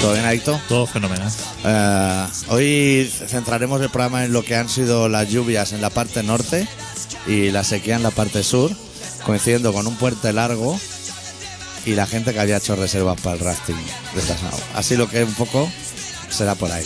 ¿Todo bien, Adicto? Todo fenomenal. Eh, hoy centraremos el programa en lo que han sido las lluvias en la parte norte y la sequía en la parte sur, coincidiendo con un puente largo y la gente que había hecho reservas para el rafting de estas aguas. Así lo que un poco será por ahí.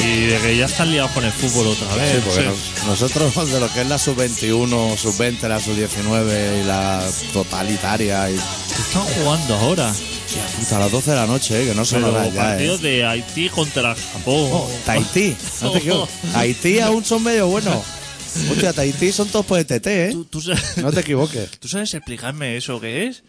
Y de que ya están liados con el fútbol otra Sí, vez. porque Pues- sí. nos- nosotros de lo que es la sub-21, sub-20, la sub-19 y la totalitaria y Están jugando ahora. hasta las 12 de la noche, eh, que no son Pero horas ya. eh. partidos de Haití contra Japón. Tahití, no te equivoques. Haití aún son medio buenos. Hostia, Tahití son todos por ETT, ¿eh? ¿Tú, tú sabes, No te equivoques. ¿Tú sabes explicarme eso qué es?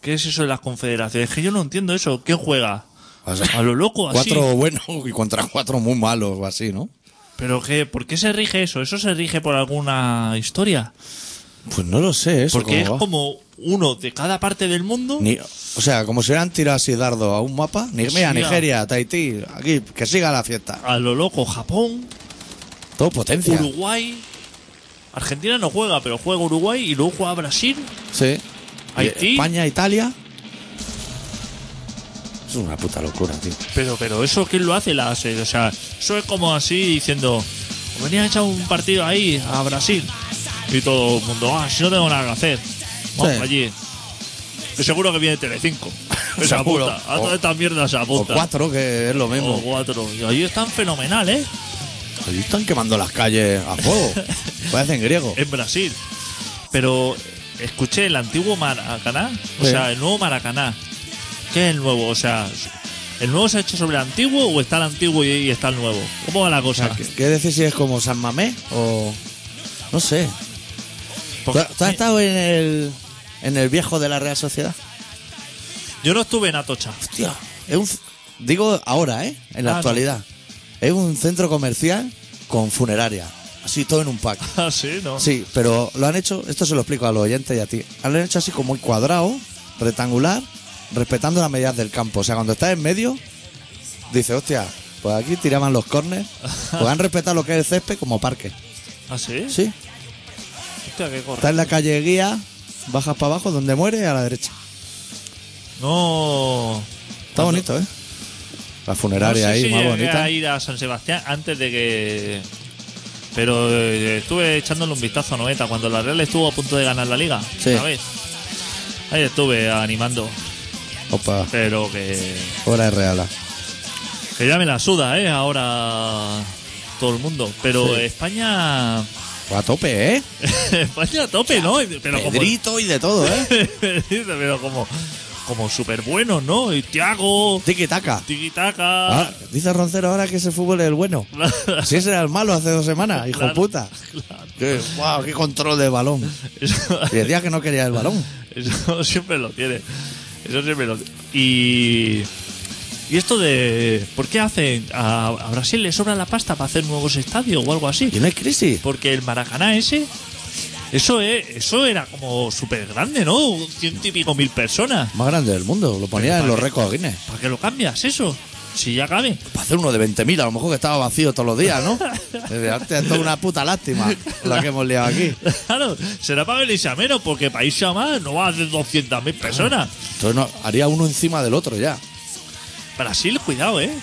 ¿Qué es eso de las confederaciones? Que yo no entiendo eso. ¿Quién juega? O sea, A lo loco, así. Cuatro buenos y contra cuatro muy malos o así, ¿no? ¿Pero qué? ¿Por qué se rige eso? ¿Eso se rige por alguna historia? Pues no lo sé, eso Porque es cómo va. como uno de cada parte del mundo. Ni- o sea, como si hubieran tirado así dardo a un mapa. Ni- Hostia. Mira, Nigeria, Tahití, aquí, que siga la fiesta. A lo loco, Japón, Todo potencia. Uruguay. Argentina no juega, pero juega Uruguay y luego juega Brasil. Sí. Eh, Haití. España, Italia. Es una puta locura, tío. Pero, pero eso quién lo hace, la hace. O sea, eso es como así diciendo, "Pues venía a echar un partido ahí a Brasil. Y todo el mundo, ah, si no tengo nada que hacer. Vamos Sí. allí. Yo seguro que viene Telecinco. Se Seguro. apunta. A O- toda esta mierda se O apunta. cuatro, que es lo O mismo. cuatro. Y ahí están fenomenal, ¿eh? Allí están quemando las calles a fuego. Parecen griego. En Brasil. Pero escuché el antiguo Maracaná. O Sí. sea, el nuevo Maracaná. ¿Qué es el nuevo? O sea, ¿el nuevo se ha hecho sobre el antiguo o está el antiguo y, y está el nuevo? ¿Cómo va la O sea, cosa? ¿qué, qué decir si es como San Mamé o.? No sé. ¿Tú, Porque- tú has estado en el, en el viejo de la Real Sociedad? Yo no estuve en Atocha. Hostia, es un. c- Digo ahora, ¿eh? En la Ah, no. actualidad. Es un centro comercial con funeraria. Así todo en un pack. Ah, sí, ¿no? Sí, pero lo han hecho, esto se lo explico a los oyentes y a ti. Lo han hecho así como muy cuadrado, rectangular, respetando las medidas del campo. O sea, cuando estás en medio, dices, hostia, pues aquí tiraban los corners. Pues han respetado lo que es el césped como parque. ¿Ah, sí? Sí, Hostia, qué corre. está en la calle Guía, bajas para abajo, donde muere, a la derecha. Ah, No. Está bonito, ¿eh? La funeraria no sé ahí, si más llegué bonita. a ir a San Sebastián antes de que. Pero eh, estuve echándole un vistazo a Noeta cuando la Real estuvo a punto de ganar la liga. Sí. Una vez. Ahí estuve animando. Opa, Pero que. hora es real. Que ya me la suda, ¿eh? Ahora. Todo el mundo. Pero Sí. España. A tope, ¿eh? España a tope, ¿no? Pero como Pedrito y de todo, ¿eh? pero como, como súper bueno, ¿no? Y Tiago, Tiki-taka. Tiquitaca. Ah, dice Roncero ahora que ese fútbol es el bueno. Si ese era el malo hace dos semanas, hijo Claro. puta. Qué, guau, qué control de balón. Eso, Y decía que no quería el balón. eso siempre lo tiene. Eso siempre lo tiene. Y. Y esto de. ¿Por qué hacen. A, a Brasil le sobra la pasta para hacer nuevos estadios o algo así? Y no hay crisis. Porque el Maracaná ese. Eso, es, eso era como súper grande, ¿no? Ciento y pico mil personas. Más grande del mundo. Lo ponía en los récords Guinness. ¿Para qué lo cambias eso? Si ya cabe. Para hacer uno de 20.000, a lo mejor que estaba vacío todos los días, ¿no? Desde antes, esto es una puta lástima la que hemos liado aquí. Claro, será para venirse a menos, porque para irse a más no va a hacer 200.000 personas. Entonces no, haría uno encima del otro ya. Brasil, cuidado, ¿eh?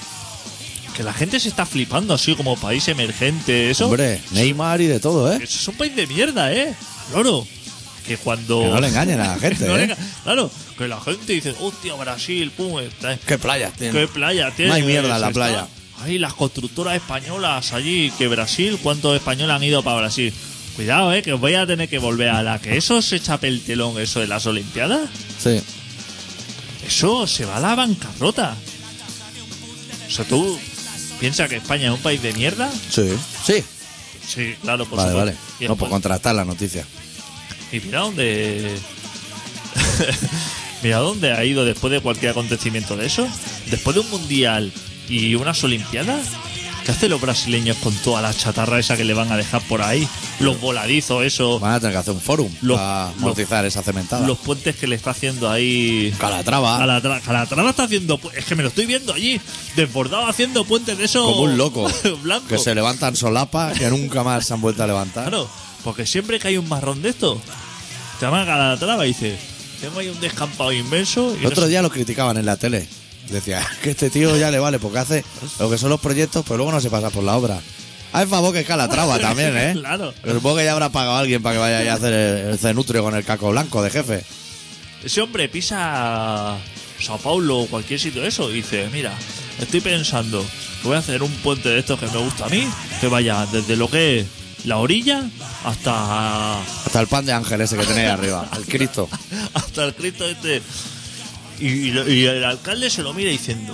Que la gente se está flipando así como país emergente, eso. Hombre, Neymar y de todo, ¿eh? Eso es un país de mierda, ¿eh? Loro. Que cuando. Que no le engañen a la gente, No le ¿eh? enga- Claro, que la gente dice, hostia, Brasil, pum, está, ¿Qué playas tiene? ¿Qué playa tiene? No hay mierda en la Está- playa. Ay, las constructoras españolas allí, que Brasil, ¿cuántos españoles han ido para Brasil? Cuidado, eh, que os voy a tener que volver a la que eso se chapeltelón el telón, eso de las Olimpiadas. Sí. Eso se va a la bancarrota. O sea, tú piensas que España es un país de mierda. Sí. Sí. Sí, claro, por Vale, supuesto. vale. Y, No, pues por después- contrastar la noticia. y mira dónde. mira dónde ha ido después de cualquier acontecimiento de eso. Después de un mundial y unas Olimpiadas. ¿Qué hacen los brasileños con toda la chatarra esa que le van a dejar por ahí? Los voladizos, eso. Van a tener que hacer un forum Los- para los- amortizar esa cementada. Los puentes que le está haciendo ahí. Calatrava. Calatra- Calatrava está haciendo. pu- Es que me lo estoy viendo allí, desbordado haciendo puentes de esos. Como un loco. blanco. que se levantan solapas que nunca más se han vuelto a levantar. Claro, porque siempre que hay un marrón de esto, te llaman a Calatrava y dices: Tengo ahí un descampado inmenso. Y El no otro sé- día lo criticaban en la tele. Decía que este tío ya le vale porque hace lo que son los proyectos, pero luego no se pasa por la obra. Haz favor que Calatrava también, ¿eh? Claro. Pero Supongo que ya habrá pagado a alguien para que vaya ahí a hacer el, el cenutrio con el caco blanco de jefe. Ese hombre pisa Sao Paulo o cualquier sitio de eso y dice, mira, estoy pensando que voy a hacer un puente de estos que me gusta a mí, que vaya desde lo que es la orilla hasta, Hasta el pan de ángel ese que tenéis arriba, el Cristo. hasta el Cristo este. Y, y lo- y el alcalde se lo mira diciendo,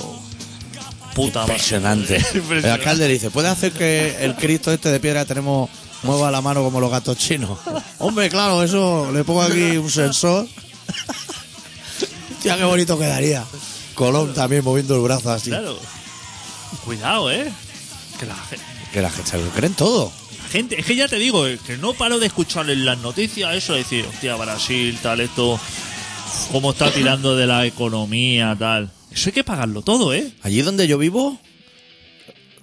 puta madre". Impresionante. El Impresionante. alcalde le dice, ¿puede hacer que el Cristo este de piedra que tenemos mueva la mano como los gatos chinos? Hombre, claro, eso le pongo aquí un sensor. Ya qué bonito quedaría. Colón también moviendo el brazo así. Claro. Cuidado, eh. Que la gente. Que la gente se lo creen todo. La gente, es que ya te digo, eh, que no paro de escuchar en las noticias eso, decir, hostia, Brasil, tal, esto, cómo está tirando de la economía, tal. Eso hay que pagarlo todo, ¿eh? Allí donde yo vivo,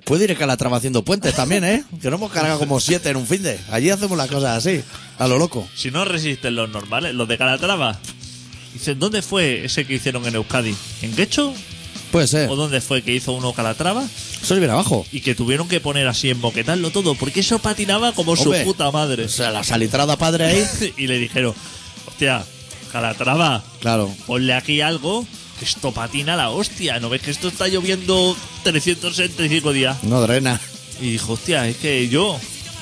puede ir a Calatrava haciendo puentes también, ¿eh? Que no hemos cargado como siete en un fin de. Allí hacemos las cosas así, a lo loco. Si no resisten los normales, los de Calatrava. Dicen, ¿dónde fue ese que hicieron en Euskadi? ¿En Quecho? Puede ser. ¿O dónde fue que hizo uno Calatrava? Eso es bien abajo. Y que tuvieron que poner así, emboquetarlo todo, porque eso patinaba como Hombre, su puta madre. O sea, la salitrada padre ahí. y le dijeron, hostia, Calatrava, Claro. ponle aquí algo que esto patina la hostia. ¿No ves que esto está lloviendo 365 días? No drena. Y dijo, hostia, es que yo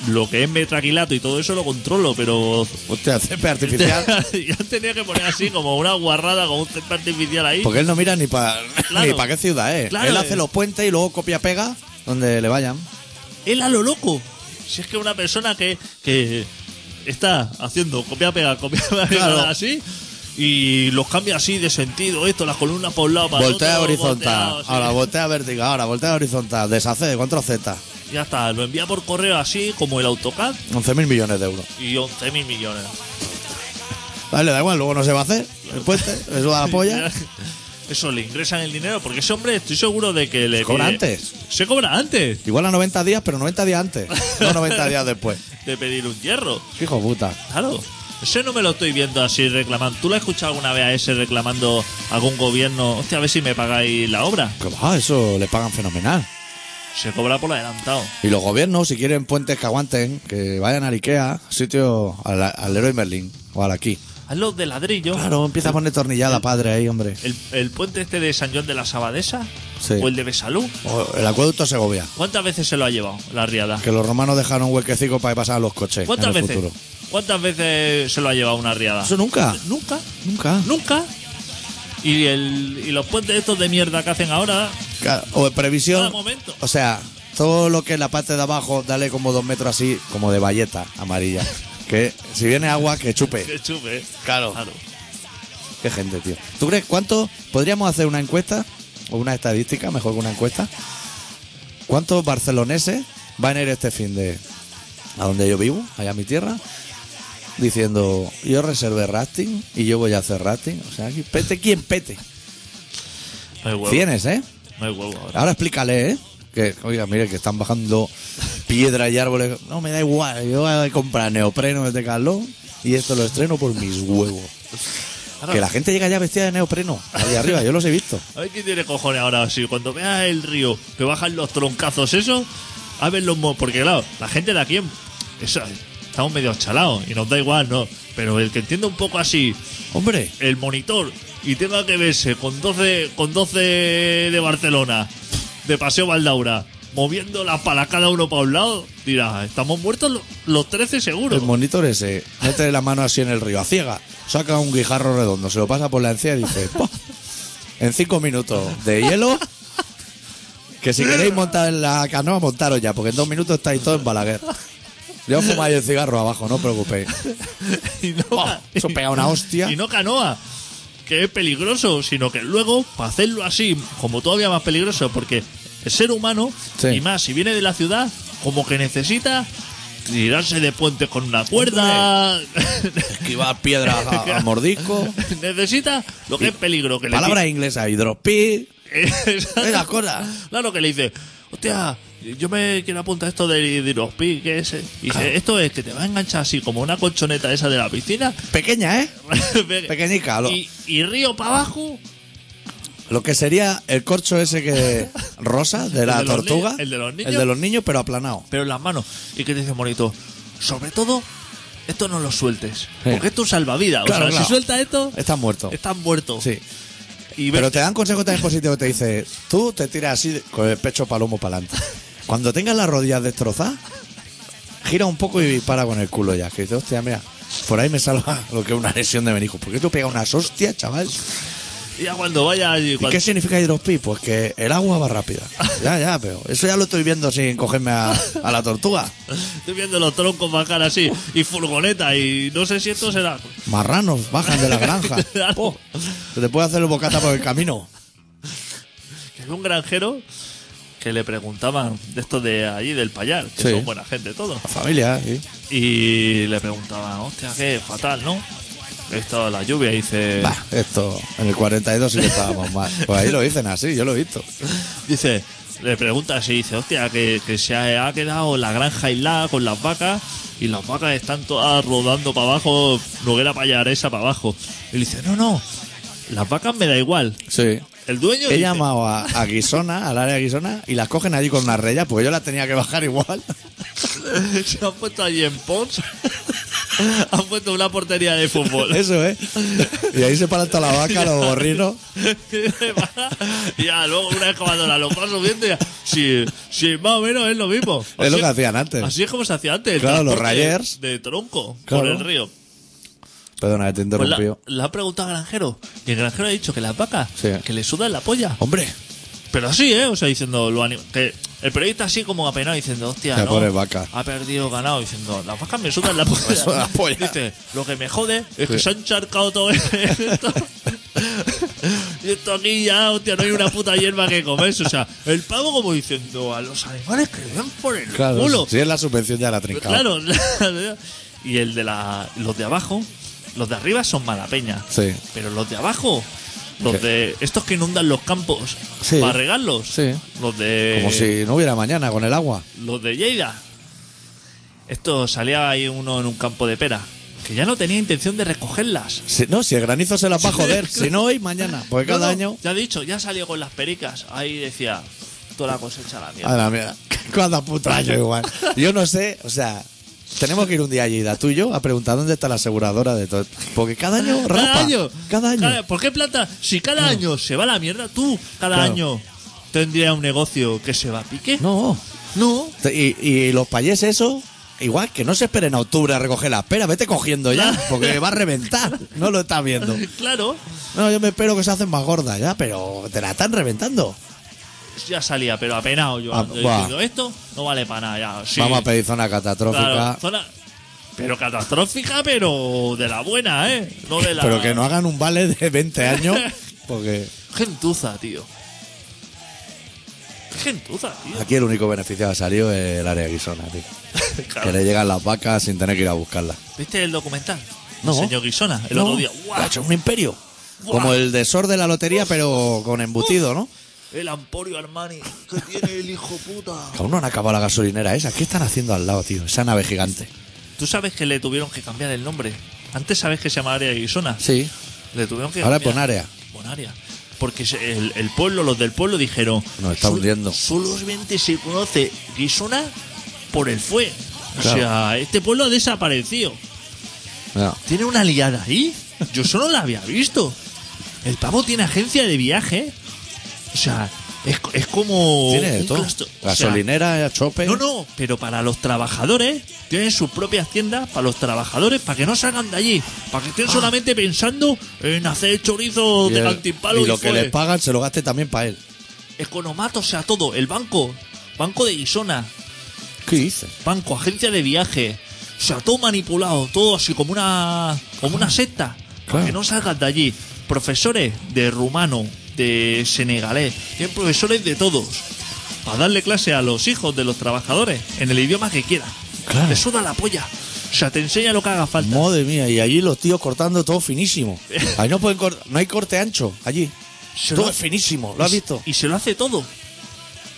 lo que es metraquilato y todo eso lo controlo, pero... Hostia, césped artificial. ya tenía que poner así como una guarrada con un césped artificial ahí. Porque él no mira ni para Claro. ni para qué ciudad es. Claro, él eh. hace los puentes y luego copia pega donde le vayan. Él a lo loco. Si es que una persona que, que está haciendo copia-pega, copia-pega Claro. así... Y los cambia así de sentido, esto, las columnas por un lado, para Voltea otro, horizontal. volteado, sí. ahora voltea vertical. Ahora voltea horizontal. Deshace. ¿Cuántos Z? Ya está, lo envía por correo así, como el AutoCAD, 11.000 millones de euros. y 11 mil millones. Vale, da igual. Luego no se va a hacer. El puente. Le suda la polla. Eso, le ingresan el dinero, porque ese hombre estoy seguro de que le. cobra pide- antes. Se cobra antes Igual a 90 días, pero 90 días antes. No 90 días después. de pedir un hierro. Hijo puta. Claro. Ese no me lo estoy viendo así reclamando. ¿Tú lo has escuchado alguna vez a ese reclamando a algún gobierno? Hostia, a ver si me pagáis la obra. Que va, eso le pagan fenomenal. Se cobra por adelantado. Y los gobiernos, si quieren puentes que aguanten, que vayan al Ikea, sitio al, al Leroy Merlin o al aquí. Hazlo de ladrillo. Claro, empieza a poner tornillada, padre, ahí, hombre. El, el puente este de San John de la Sabadesa Sí. o el de Besalú. O el acueducto Segovia, ¿Cuántas veces se lo ha llevado la riada? que los romanos dejaron un huequecico para pasar los coches. ¿Cuántas en el veces? Futuro. ¿Cuántas veces se lo ha llevado una riada? Eso nunca, Nunca, nunca. nunca. Y, el, y los puentes estos de mierda que hacen ahora, Claro, O en previsión. Cada momento. O sea, todo lo que es la parte de abajo, dale como dos metros así, como de valleta amarilla. Que si viene agua, que chupe. que chupe. Claro. Claro. Qué gente, tío. ¿Tú crees cuánto podríamos hacer una encuesta o una estadística, mejor que una encuesta? ¿Cuántos barceloneses van a ir este fin de a donde yo vivo, allá a mi tierra, diciendo yo reservé rafting y yo voy a hacer rafting? O sea, aquí pete quien pete. No hay huevo. Cienes, ¿eh? No hay huevo ahora. Ahora explícale, ¿eh? Que, oiga, mire, que están bajando piedras y árboles. No, me da igual. Yo voy a comprar neopreno desde Carlón y esto lo estreno por mis huevos. Ahora- Que la gente llega ya vestida de neopreno. Ahí arriba, yo los he visto. A ver quién tiene cojones ahora así. Cuando veas el río que bajan los troncazos esos, a ver los mo- Porque claro, la gente de aquí eso, estamos medio chalados y nos da igual, ¿no? Pero el que entienda un poco así Hombre, el monitor y tenga que verse con 12, con 12 de Barcelona, de Paseo Valdaura, moviendo la pala cada uno para un lado, dirá, estamos muertos lo- los 13 seguro. el monitor ese, mete la mano así en el río, a ciega, saca un guijarro redondo, se lo pasa por la encía y dice, "Pua, en cinco minutos de hielo, que si queréis montar en la canoa, montaros ya, porque en dos minutos estáis todos en Balaguer. Yo fumáis el cigarro abajo, no os preocupéis. Y no, ca- Eso pega una hostia. y no canoa, que es peligroso, sino que luego, para hacerlo así, como todavía más peligroso, porque el ser humano, Sí. y más si viene de la ciudad, como que necesita tirarse de puentes con una cuerda. Esquivar piedras a, a mordisco. necesita lo que es peligro. Que le Palabra inglesa, hidropi, Exacto. esas cosas. Claro que le dice, hostia, yo me quiero apuntar esto del hidrospi, ¿qué es? Y dice, esto es que te va a enganchar así como una colchoneta esa de la piscina. Pequeña, ¿eh? Pequeñica, lo- Y, y río para abajo. Lo que sería el corcho ese que rosa de la El de los tortuga. niños- el de los niños. El de los niños, pero aplanado. pero en las manos. Y que te dice Monito, sobre todo, esto no lo sueltes. Sí. Porque esto es salvavidas. Claro, o sea, claro. si sueltas esto, Estás muerto. estás muerto. Sí. Y ves- Pero te dan consejos también positivos. Te dice, tú te tiras así con el pecho palomo para adelante. Cuando tengas las rodillas destrozadas, gira un poco y para con el culo ya. Que dices, hostia, mira, por ahí me salva lo que es una lesión de menisco. ¿Por qué tú pegas unas hostias, chaval? y ya cuando vaya allí, ¿Y cuando- qué significa hidropi? Pues que el agua va rápida. Ya, ya, pero eso ya lo estoy viendo sin cogerme a, a la tortuga. estoy viendo los troncos bajar así, y furgoneta, y no sé si esto será. Marranos bajan de la granja. Claro. Po, se te puede hacer el bocata por el camino. que había un granjero que le preguntaban de esto de allí, del payar, que Sí. son buena gente todo. La familia, ¿eh? sí. Y le preguntaban, hostia, qué fatal, ¿no? He estado en la lluvia y dice, Bah, esto, en el 42 sí que estábamos mal. Pues ahí lo dicen así, yo lo he visto. dice, le pregunta si dice, hostia, que, que se ha, ha quedado la granja aislada con las vacas y las vacas están todas rodando para abajo, noguera payar esa para abajo. Y le dice, no, no, las vacas me da igual. Sí. El dueño He dice, llamado a, a Guisona, al área de Guisona, y las cogen allí con una rella, porque yo las tenía que bajar igual. se han puesto allí en Pons, han puesto una portería de fútbol. Eso, ¿eh? Y ahí se paran toda la vaca, los gorrinos. Y ya, luego una excavadora lo va subiendo y ya. Si, si más o menos es lo mismo. Es lo que hacían antes. Así es como se hacía antes. el Claro, los transporte de- rayers. De, tronco por Claro. el río. Perdona, que te he Pues la, interrumpido. la ha preguntado al granjero. Y el granjero ha dicho que las vacas, Sí. que le sudan la polla. Hombre, Pero así, ¿eh? O sea, diciendo lo anim- que El periodista así como apenado diciendo, hostia, La no, pobre vaca. ha perdido ganado, diciendo, las vacas me sudan la polla. Me sudan la polla. Dice, lo que me jode es que Sí. se han charcado todo esto. y esto aquí ya, hostia, no hay una puta hierba que comerse. O sea, el pavo como diciendo a los animales que le den por el claro. culo. Si es la subvención, ya la trincado. Claro. y el de la, los de abajo, los de arriba son malapeña. Sí. Pero los de abajo, los ¿Qué? de estos que inundan los campos Sí. para regarlos, Sí. los de Como si no hubiera mañana con el agua. los de Lleida. Esto salía ahí uno en un campo de pera que ya no tenía intención de recogerlas. Si- no, si el granizo se las va a joder. Si no, hoy, mañana. Porque No, cada no, año. Ya he dicho, ya salió con las pericas. Ahí decía toda la cosecha a la mierda. A la mierda. Cada puto año igual. Yo no sé, o sea, tenemos que ir un día allí, Ida, tú y yo, a preguntar dónde está la aseguradora de todo. Porque cada año rapa. Cada año. Cada año. ¿Por qué planta? Si cada año se va a la mierda, tú cada Claro. año tendría un negocio que se va a pique. No. No. Y, y los payés, eso, igual que no se esperen a octubre a recoger la pera, vete cogiendo ya, Claro. porque va a reventar. No lo estás viendo. Claro. No, yo me espero que se hacen más gordas ya, pero te la están reventando. Ya salía, pero apenado yo. Ah, ando buah. diciendo, esto no vale para nada. ya, sí. Vamos a pedir zona catastrófica. Claro, zona- pero catastrófica, pero de la buena, ¿eh? No de la. Pero que no hagan un vale de 20 años, porque Gentuza, tío. Qué Gentuza, tío. aquí el único beneficiado que ha salido es el área de Guisona, tío. Claro. Que le llegan las vacas sin tener que ir a buscarlas. ¿Viste el documental? No. El señor Guisona, el No, otro día. ¡Guau! ha hecho un imperio. Guau. Como el de Sor de la lotería, pero con embutido, ¿no? el Amporio Armani que tiene el hijo puta. Que aún no han acabado la gasolinera esa. ¿Qué están haciendo al lado, tío? Esa nave gigante. Tú sabes que le tuvieron que cambiar el nombre. Antes sabes que se llamaba Área Guisona. Sí. Le tuvieron que Ahora es cambiar. Bonaria. Bonaria. Porque se- el, el pueblo, los del pueblo dijeron. Nos está "Sol- hundiendo". Solamente se conoce Guisona por el fue. O Claro. sea, este pueblo ha desaparecido. No. Tiene una liada ahí. Yo solo la había visto. El pavo tiene agencia de viaje. O sea, es, es como. Tiene de Oh, un todo. claustro- o sea, Gasolinera, eh, chope. no, no, pero para los trabajadores tienen sus propias tiendas para los trabajadores para que no salgan de allí, para que estén solamente pensando en hacer chorizo Ah. Y, de el- cantipalo y y, lo que fue. les pagan se lo gaste también para él. Economato, o sea, todo, el banco, banco de Guisona, ¿Qué dices? banco, agencia de viaje, o sea, todo manipulado, todo así como una como una secta, para Claro. que no salgan de allí. Profesores de rumano, de senegalés, tienen profesores de todos, para darle clase a los hijos de los trabajadores en el idioma que quieran. Claro. Te suda la polla. O sea, te enseña lo que haga falta. Madre mía, y allí los tíos cortando todo finísimo. Ahí no pueden cort- no hay corte ancho, allí. Se Todo lo- es finísimo, ¿lo has visto? Y se lo hace todo.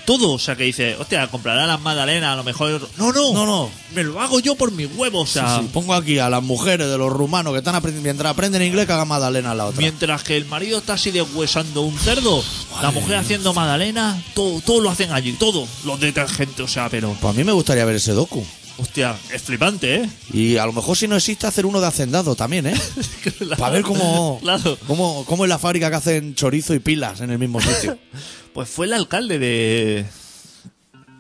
Todo, o sea que dice, hostia, comprará las magdalenas, a lo mejor. No, no, No, no. Me lo hago yo por mis huevos, o sea. Sí, sí. Pongo aquí a las mujeres de los rumanos que están aprendiendo, mientras aprenden inglés, que hagan Madalena a la otra. Mientras que el marido está así deshuesando un cerdo, la mujer haciendo magdalena, todo, todo lo hacen allí, todo. Los detergentes, o sea, pero. Pues a mí me gustaría ver ese docu. Hostia, es flipante, ¿eh? Y a lo mejor si no existe hacer uno de hacendado también, ¿eh? Para ver cómo, Claro. cómo, cómo es la fábrica que hacen chorizo y pilas en el mismo sitio. Pues fue el alcalde de.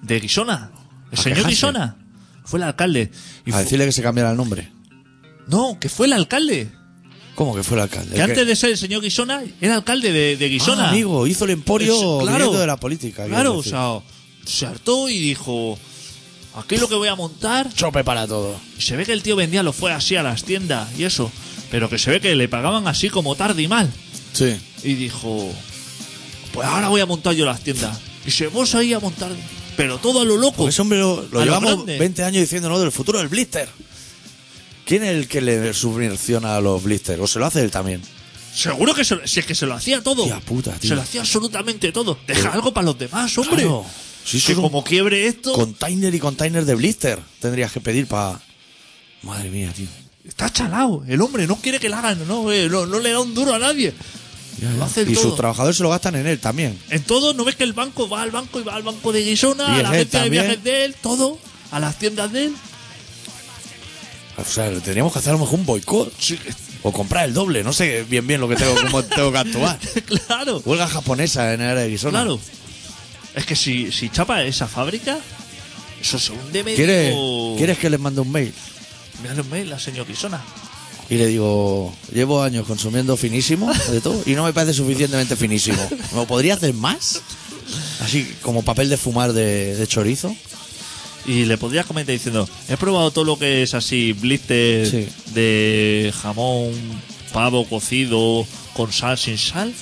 de Guisona. El A señor quejarse. Guisona. Fue el alcalde. Y A fu- decirle que se cambiara el nombre. No, que fue el alcalde. ¿Cómo que fue el alcalde? Que ¿Qué? antes de ser el señor Guisona, era alcalde de, de Guisona. Ah, amigo, hizo el emporio Es- claro. viniendo de la política. quiero Claro, o decir. sea, se hartó y dijo: Aquí lo que voy a montar. Chope para todo. Y Se ve que el tío vendía lo fue así a las tiendas y eso. Pero que se ve que le pagaban así como tarde y mal. Sí. Y dijo: Pues ahora voy a montar yo las tiendas. Y se puso ahí a montar. Pero todo a lo loco. Porque Pues ese hombre lo, lo A lo llevamos grande. 20 años diciéndonos del futuro del blister. ¿Quién es el que le subvenciona a los blisters? ¿O se lo hace él también? Seguro que se, lo- si es que se lo hacía todo. Hostia puta, tío. Se lo hacía absolutamente todo. Deja algo para los demás, hombre. Claro. Sí, eso que es un como quiebre esto, container y container de blister tendrías que pedir para... Madre mía, tío. está chalado. El hombre no quiere que le hagan, no, eh, no, no le da un duro a nadie. Lo hace y todo. sus trabajadores se lo gastan en él también. En todo, ¿no ves que el banco va al banco y va al banco de Guisona, Y a es la él agencia de también. viajes de él, todo, a las tiendas de él? O sea, le tendríamos que hacer a lo mejor un boicot. Sí, que- O comprar el doble. No sé bien bien lo que tengo, cómo tengo que actuar. claro, Huelga japonesa en el área de Guisona. claro. Es que si, si chapa esa fábrica, eso se hunde medio. ¿Quieres, ¿Quieres que les mande un mail? Mira los mails, la señor Guisona. Y le digo, llevo años consumiendo finísimo de todo y no me parece suficientemente finísimo. ¿Me podría hacer más? Así como papel de fumar de, de chorizo. Y le podrías comentar diciendo, he probado todo lo que es así, blister Sí. de jamón, pavo cocido, con sal, sin sal,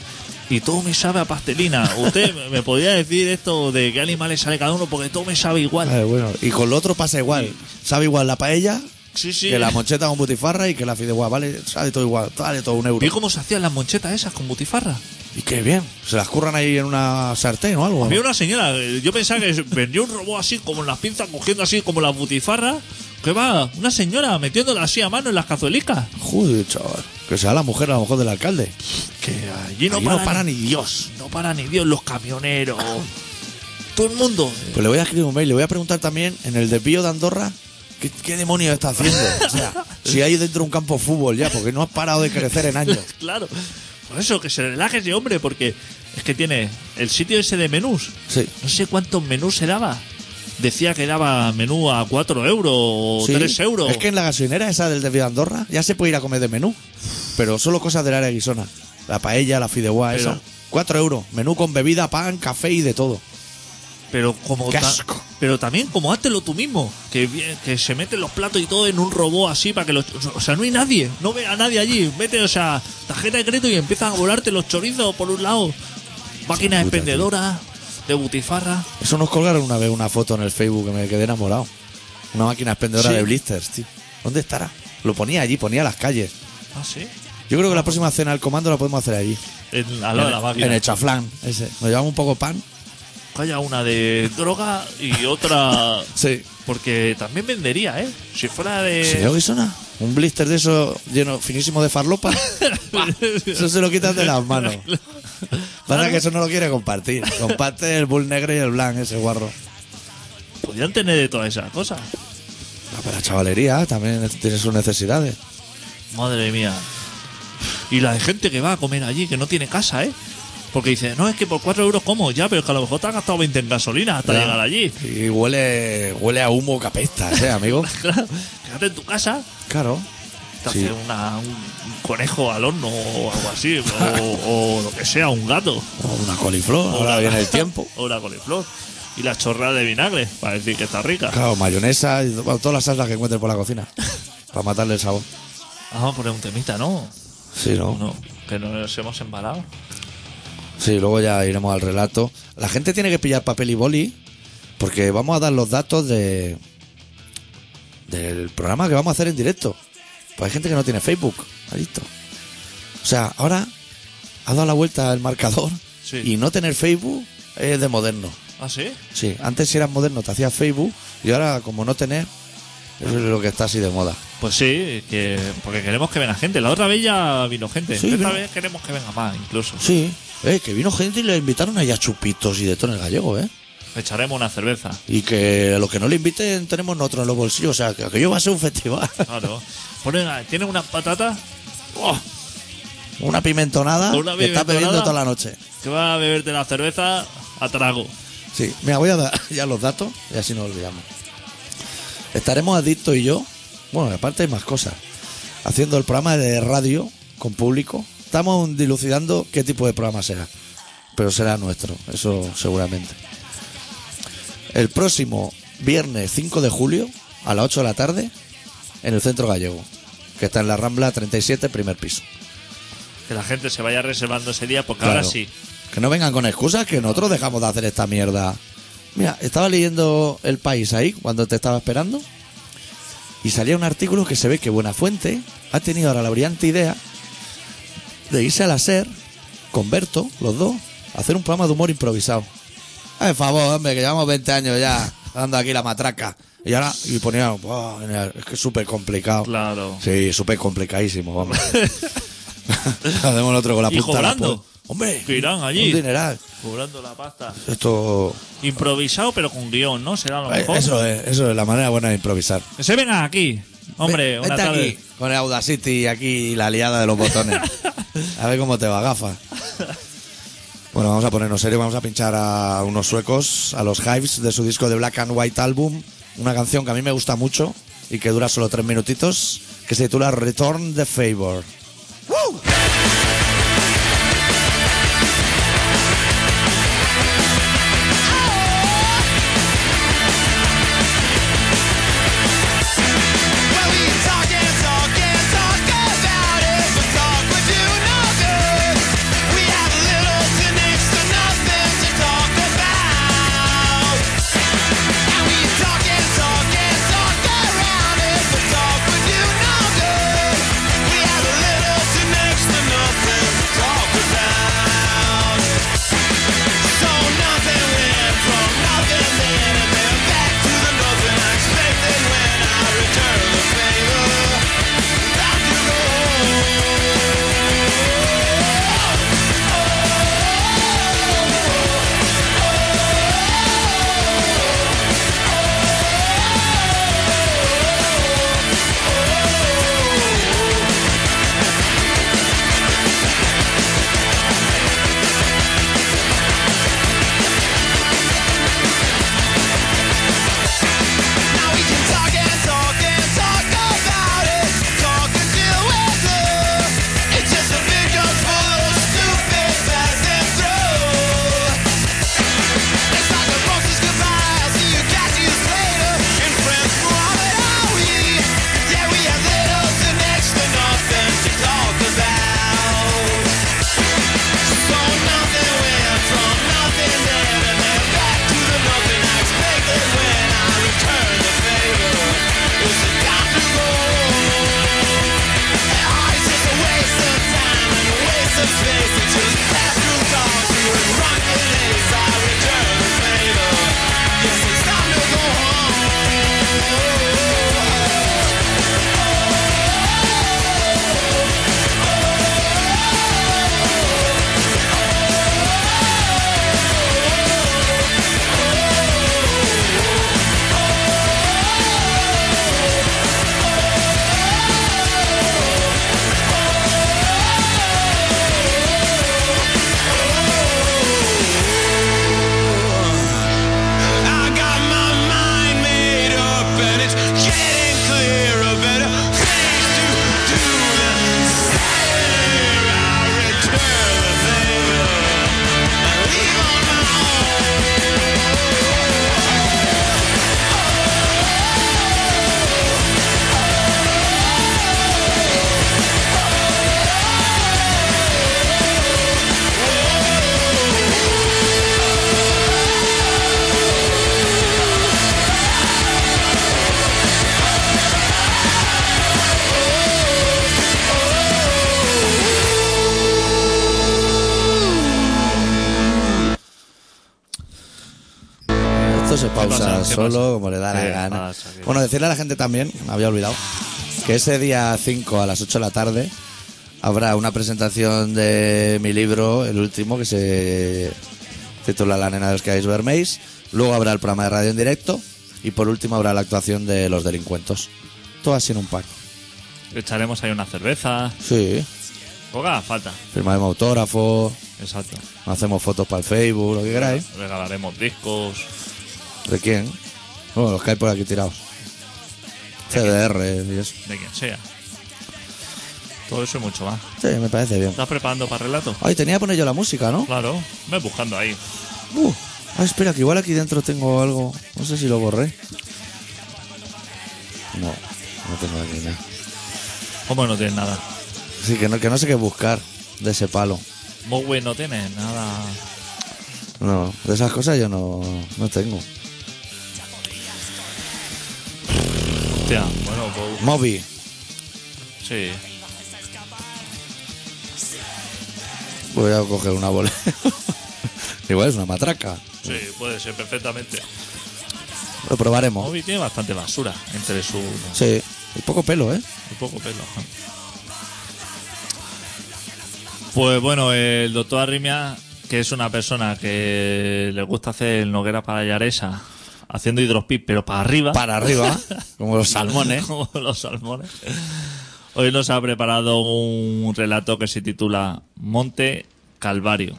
y todo me sabe a pastelina. Usted me- me podría decir esto de qué animales sale cada uno, porque todo me sabe igual. Ah, bueno. Y con lo otro pasa igual. Sabe igual la paella Sí, sí. que la moncheta con butifarra y que la fideuá, ¿vale? Sabe todo igual, vale todo un euro. Vi cómo se hacían las monchetas esas con butifarra. Y qué bien. Se las curran ahí en una sartén o algo. Vi una señora, eh, yo pensaba que vendió un robot así, como en las pinzas, cogiendo así como las butifarras. Que va, una señora metiéndola así a mano en las cazuelicas. Joder, chaval. Que sea la mujer a lo mejor del alcalde. Que allí no Ahí para, Ah. no para ni Dios. No para ni Dios los camioneros. Todo el mundo. eh, Pues le voy a escribir un mail, le voy a preguntar también en el desvío de Andorra qué, qué demonios está haciendo. O sea, si hay dentro un campo de fútbol ya, porque no ha parado de crecer en años. Claro. Por eso, que se relaje ese hombre, porque es que tiene el sitio ese de menús. Sí. No sé cuántos menús se daba. Decía que daba menú a 4 euros o Sí. 3 euros. Es que en la gasolinera esa del desvío de Andorra ya se puede ir a comer de menú, pero solo cosas del área de guisona. La paella, la fideuá, Pero- esa. Cuatro euros, menú con bebida, pan, café y de todo. Pero como ¡Qué ta- asco! pero también como háztelo tú mismo, que, vi- que se meten los platos y todo en un robot así para que los o sea, no hay nadie, no ve a nadie allí, mete, o sea, tarjeta de crédito y empiezan a volarte los chorizos por un lado, máquinas Puta, tío. expendedoras de butifarra. Eso nos colgaron una vez una foto en el Facebook que me quedé enamorado. Una máquina expendedora Sí. de blisters, tío. ¿Dónde estará? Lo ponía allí, ponía las calles. Ah, sí. Yo creo que la próxima cena del comando la podemos hacer allí. En, al lado de la en, máquina. en el chaflán, ese. Nos llevamos un poco de pan. Que haya una de droga y otra. Sí. Porque también vendería, ¿eh? Si fuera de. ¿Se ve que suena? Un blister de eso lleno, finísimo de farlopa. eso se lo quitas de las manos. Para que eso no lo quiere compartir. Comparte el bull negro y el blanc, ese guarro. Podrían tener de todas esas cosas. Ah, pero la chavalería también tiene sus necesidades. Madre mía. Y la de gente que va a comer allí, que no tiene casa, ¿eh? Porque dice, no, es que por 4 euros como ya, pero es que a lo mejor te has gastado 20 en gasolina hasta Ya. llegar allí. Y huele, huele a humo que apesta, ¿eh, amigo? Claro, quédate en tu casa, Claro. te Sí. hace una- un conejo al horno o algo así, o, o lo que sea, un gato. O una coliflor, O ahora una- viene el tiempo. O una coliflor. Y la chorrada de vinagre, para decir que está rica. Claro, mayonesa, y, bueno, todas las salsas que encuentres por la cocina. Para matarle el sabor. Vamos a poner un temita, ¿no? Sí, ¿no? No, que no nos hemos embalado. Sí, luego ya iremos al relato. La gente tiene que pillar papel y boli porque vamos a dar los datos de del programa que vamos a hacer en directo. Pues hay gente que no tiene Facebook, adicto. O sea, ahora ha dado la vuelta el marcador Sí. y no tener Facebook es de moderno. ¿Ah, sí? Sí, antes si eras moderno te hacías Facebook y ahora como no tener es lo que está así de moda. Pues sí, que porque queremos que venga gente. La otra vez ya vino gente. Sí, Esta vino. vez queremos que venga más, incluso. Sí, eh, que vino gente y le invitaron allá chupitos y de todo en el gallego, ¿eh? Echaremos una cerveza. Y que a los que no le inviten tenemos nosotros en los bolsillos. O sea, que aquello va a ser un festival. Claro. Ponen, a- ¿Tienen unas patatas? ¡Oh! Una pimentonada Una que está bebiendo pimentonada. toda la noche. Que va a beberte la cerveza a trago. Sí, mira, voy a dar ya los datos y así nos olvidamos. Estaremos Adicto y yo, bueno, aparte hay más cosas, haciendo el programa de radio con público. Estamos dilucidando qué tipo de programa será, pero será nuestro, eso seguramente. El próximo viernes 5 de julio a las 8 de la tarde en el Centro Gallego, que está en la Rambla 37, primer piso. Que la gente se vaya reservando ese día, porque ahora Claro. sí. Que no vengan con excusas que nosotros dejamos de hacer esta mierda. Mira, estaba leyendo El País ahí cuando te estaba esperando y salía un artículo que se ve que Buenafuente ha tenido ahora la brillante idea de irse a la SER con Berto, los dos, a hacer un programa de humor improvisado. Ay, favor, hombre, que llevamos 20 años ya dando aquí la matraca. Y ahora, y ponía, "Buah, es que es súper complicado. Claro. Sí, súper complicadísimo, vamos. Hacemos el otro con la Y punta de la cobrando. po- Hombre, Que irán allí. un dineral. Cobrando la pasta. Esto. Improvisado, pero con guión, ¿no? Será lo eh, mejor. Eso es, eso es la manera buena de improvisar. Que se venga aquí. Ven- Hombre, una vente tarde. aquí con el Audacity y aquí la liada de los botones. A ver cómo te va, gafa. Bueno, vamos a ponernos serio, vamos a pinchar a unos suecos, a los Hives, de su disco de Black and White Album, una canción que a mí me gusta mucho y que dura solo tres minutitos, que se titula Return the Favor. Well, we talk and talk and talk about it, but talk would do no good. We have little to next to nothing to talk about. And we talk and talk and talk around it, but talk would do no good. We have little pausa pasa? ¿Qué solo pasa? como le da la ¿Qué gana. pasa? ¿Qué bueno, decirle a la gente también, me había olvidado, que ese día 5 a las 8 de la tarde habrá una presentación de mi libro, el último, que se titula La nena de los que habéis verméis. Luego habrá el programa de radio en directo. Y por último habrá la actuación de los delincuentos. Todo así en un pack. Echaremos ahí una cerveza. Sí. Poca falta. Firmaremos autógrafos, Exacto. hacemos fotos para el Facebook, lo que queráis. Regalaremos discos. ¿De quién? Bueno, los que hay por aquí tirados. CDR y eso. De quien sea. Todo eso y mucho más. Sí, me parece bien. ¿Estás preparando para el relato? Ay, tenía que poner yo la música, ¿no? Claro. Me buscando ahí. Uh, ah, espera, que igual aquí dentro tengo algo. No sé si lo borré. No, no tengo aquí nada. ¿Cómo no tienes nada? Sí, que no, que no sé qué buscar de ese palo. Mowi no tienes nada. No, de esas cosas yo no, no tengo. Hostia, bueno, pues Moby, sí. voy a coger una bola. igual es una matraca. Sí, puede ser perfectamente. Lo probaremos. Movi tiene bastante basura entre su. Un Sí, y poco pelo, ¿eh? poco pelo. Pues bueno, el doctor Arrimia, que es una persona que le gusta hacer noguera para Yaresa, haciendo hidrospit, pero para arriba. Para arriba, como los salmones. Como los salmones. Hoy nos ha preparado un relato que se titula Monte Calvario.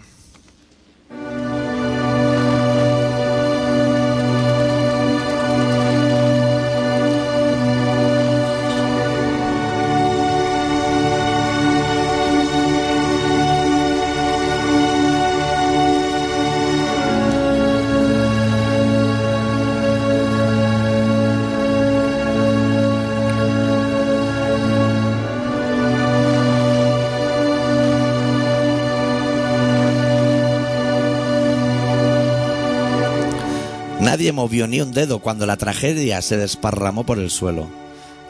Nadie movió ni un dedo cuando la tragedia se desparramó por el suelo.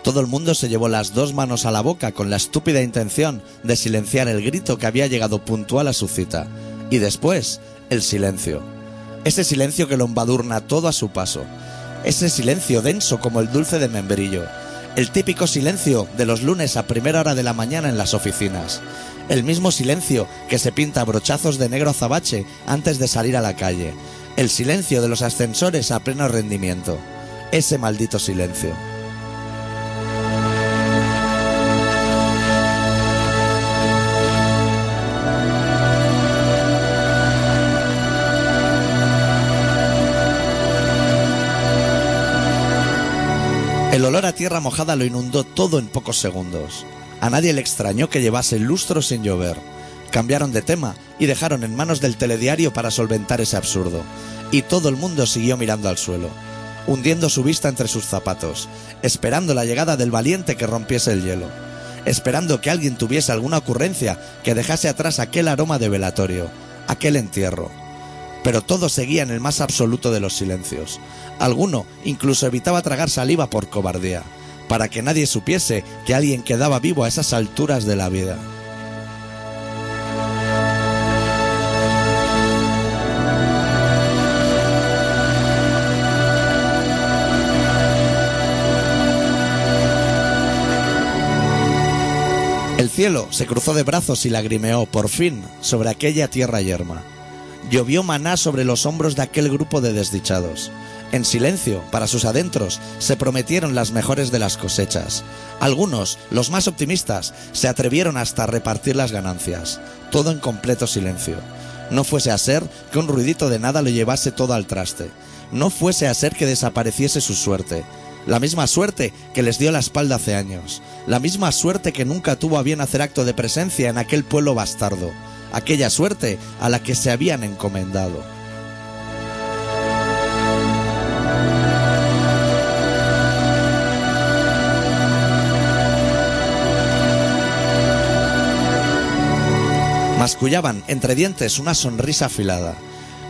Todo el mundo se llevó las dos manos a la boca con la estúpida intención de silenciar el grito que había llegado puntual a su cita. Y después, el silencio. Ese silencio que lo embadurna todo a su paso. Ese silencio denso como el dulce de membrillo. El típico silencio de los lunes a primera hora de la mañana en las oficinas. El mismo silencio que se pinta a brochazos de negro azabache antes de salir a la calle. El silencio de los ascensores a pleno rendimiento. Ese maldito silencio. El olor a tierra mojada lo inundó todo en pocos segundos. A nadie le extrañó que llevase lustro sin llover. Cambiaron de tema y dejaron en manos del telediario para solventar ese absurdo. Y todo el mundo siguió mirando al suelo, hundiendo su vista entre sus zapatos, esperando la llegada del valiente que rompiese el hielo, esperando que alguien tuviese alguna ocurrencia que dejase atrás aquel aroma de velatorio, aquel entierro pero todo seguía en el más absoluto de los silencios. Alguno incluso evitaba tragar saliva por cobardía, para que nadie supiese que alguien quedaba vivo a esas alturas de la vida. El cielo se cruzó de brazos y lagrimeó, por fin, sobre aquella tierra yerma. Llovió maná sobre los hombros de aquel grupo de desdichados. En silencio, para sus adentros, se prometieron las mejores de las cosechas. Algunos, los más optimistas, se atrevieron hasta a repartir las ganancias. Todo en completo silencio. No fuese a ser que un ruidito de nada lo llevase todo al traste. No fuese a ser que desapareciese su suerte. La misma suerte que les dio la espalda hace años. La misma suerte que nunca tuvo a bien hacer acto de presencia en aquel pueblo bastardo. Aquella suerte a la que se habían encomendado. Mascullaban entre dientes una sonrisa afilada.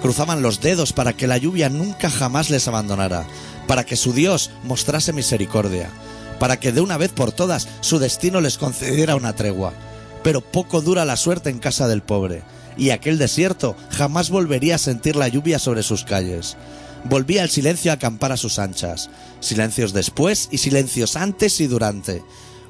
Cruzaban los dedos para que la lluvia nunca jamás les abandonara, para que su Dios mostrase misericordia, para que de una vez por todas su destino les concediera una tregua. Pero poco dura la suerte en casa del pobre, y aquel desierto jamás volvería a sentir la lluvia sobre sus calles. volvía el silencio a acampar a sus anchas. Silencios después y silencios antes y durante.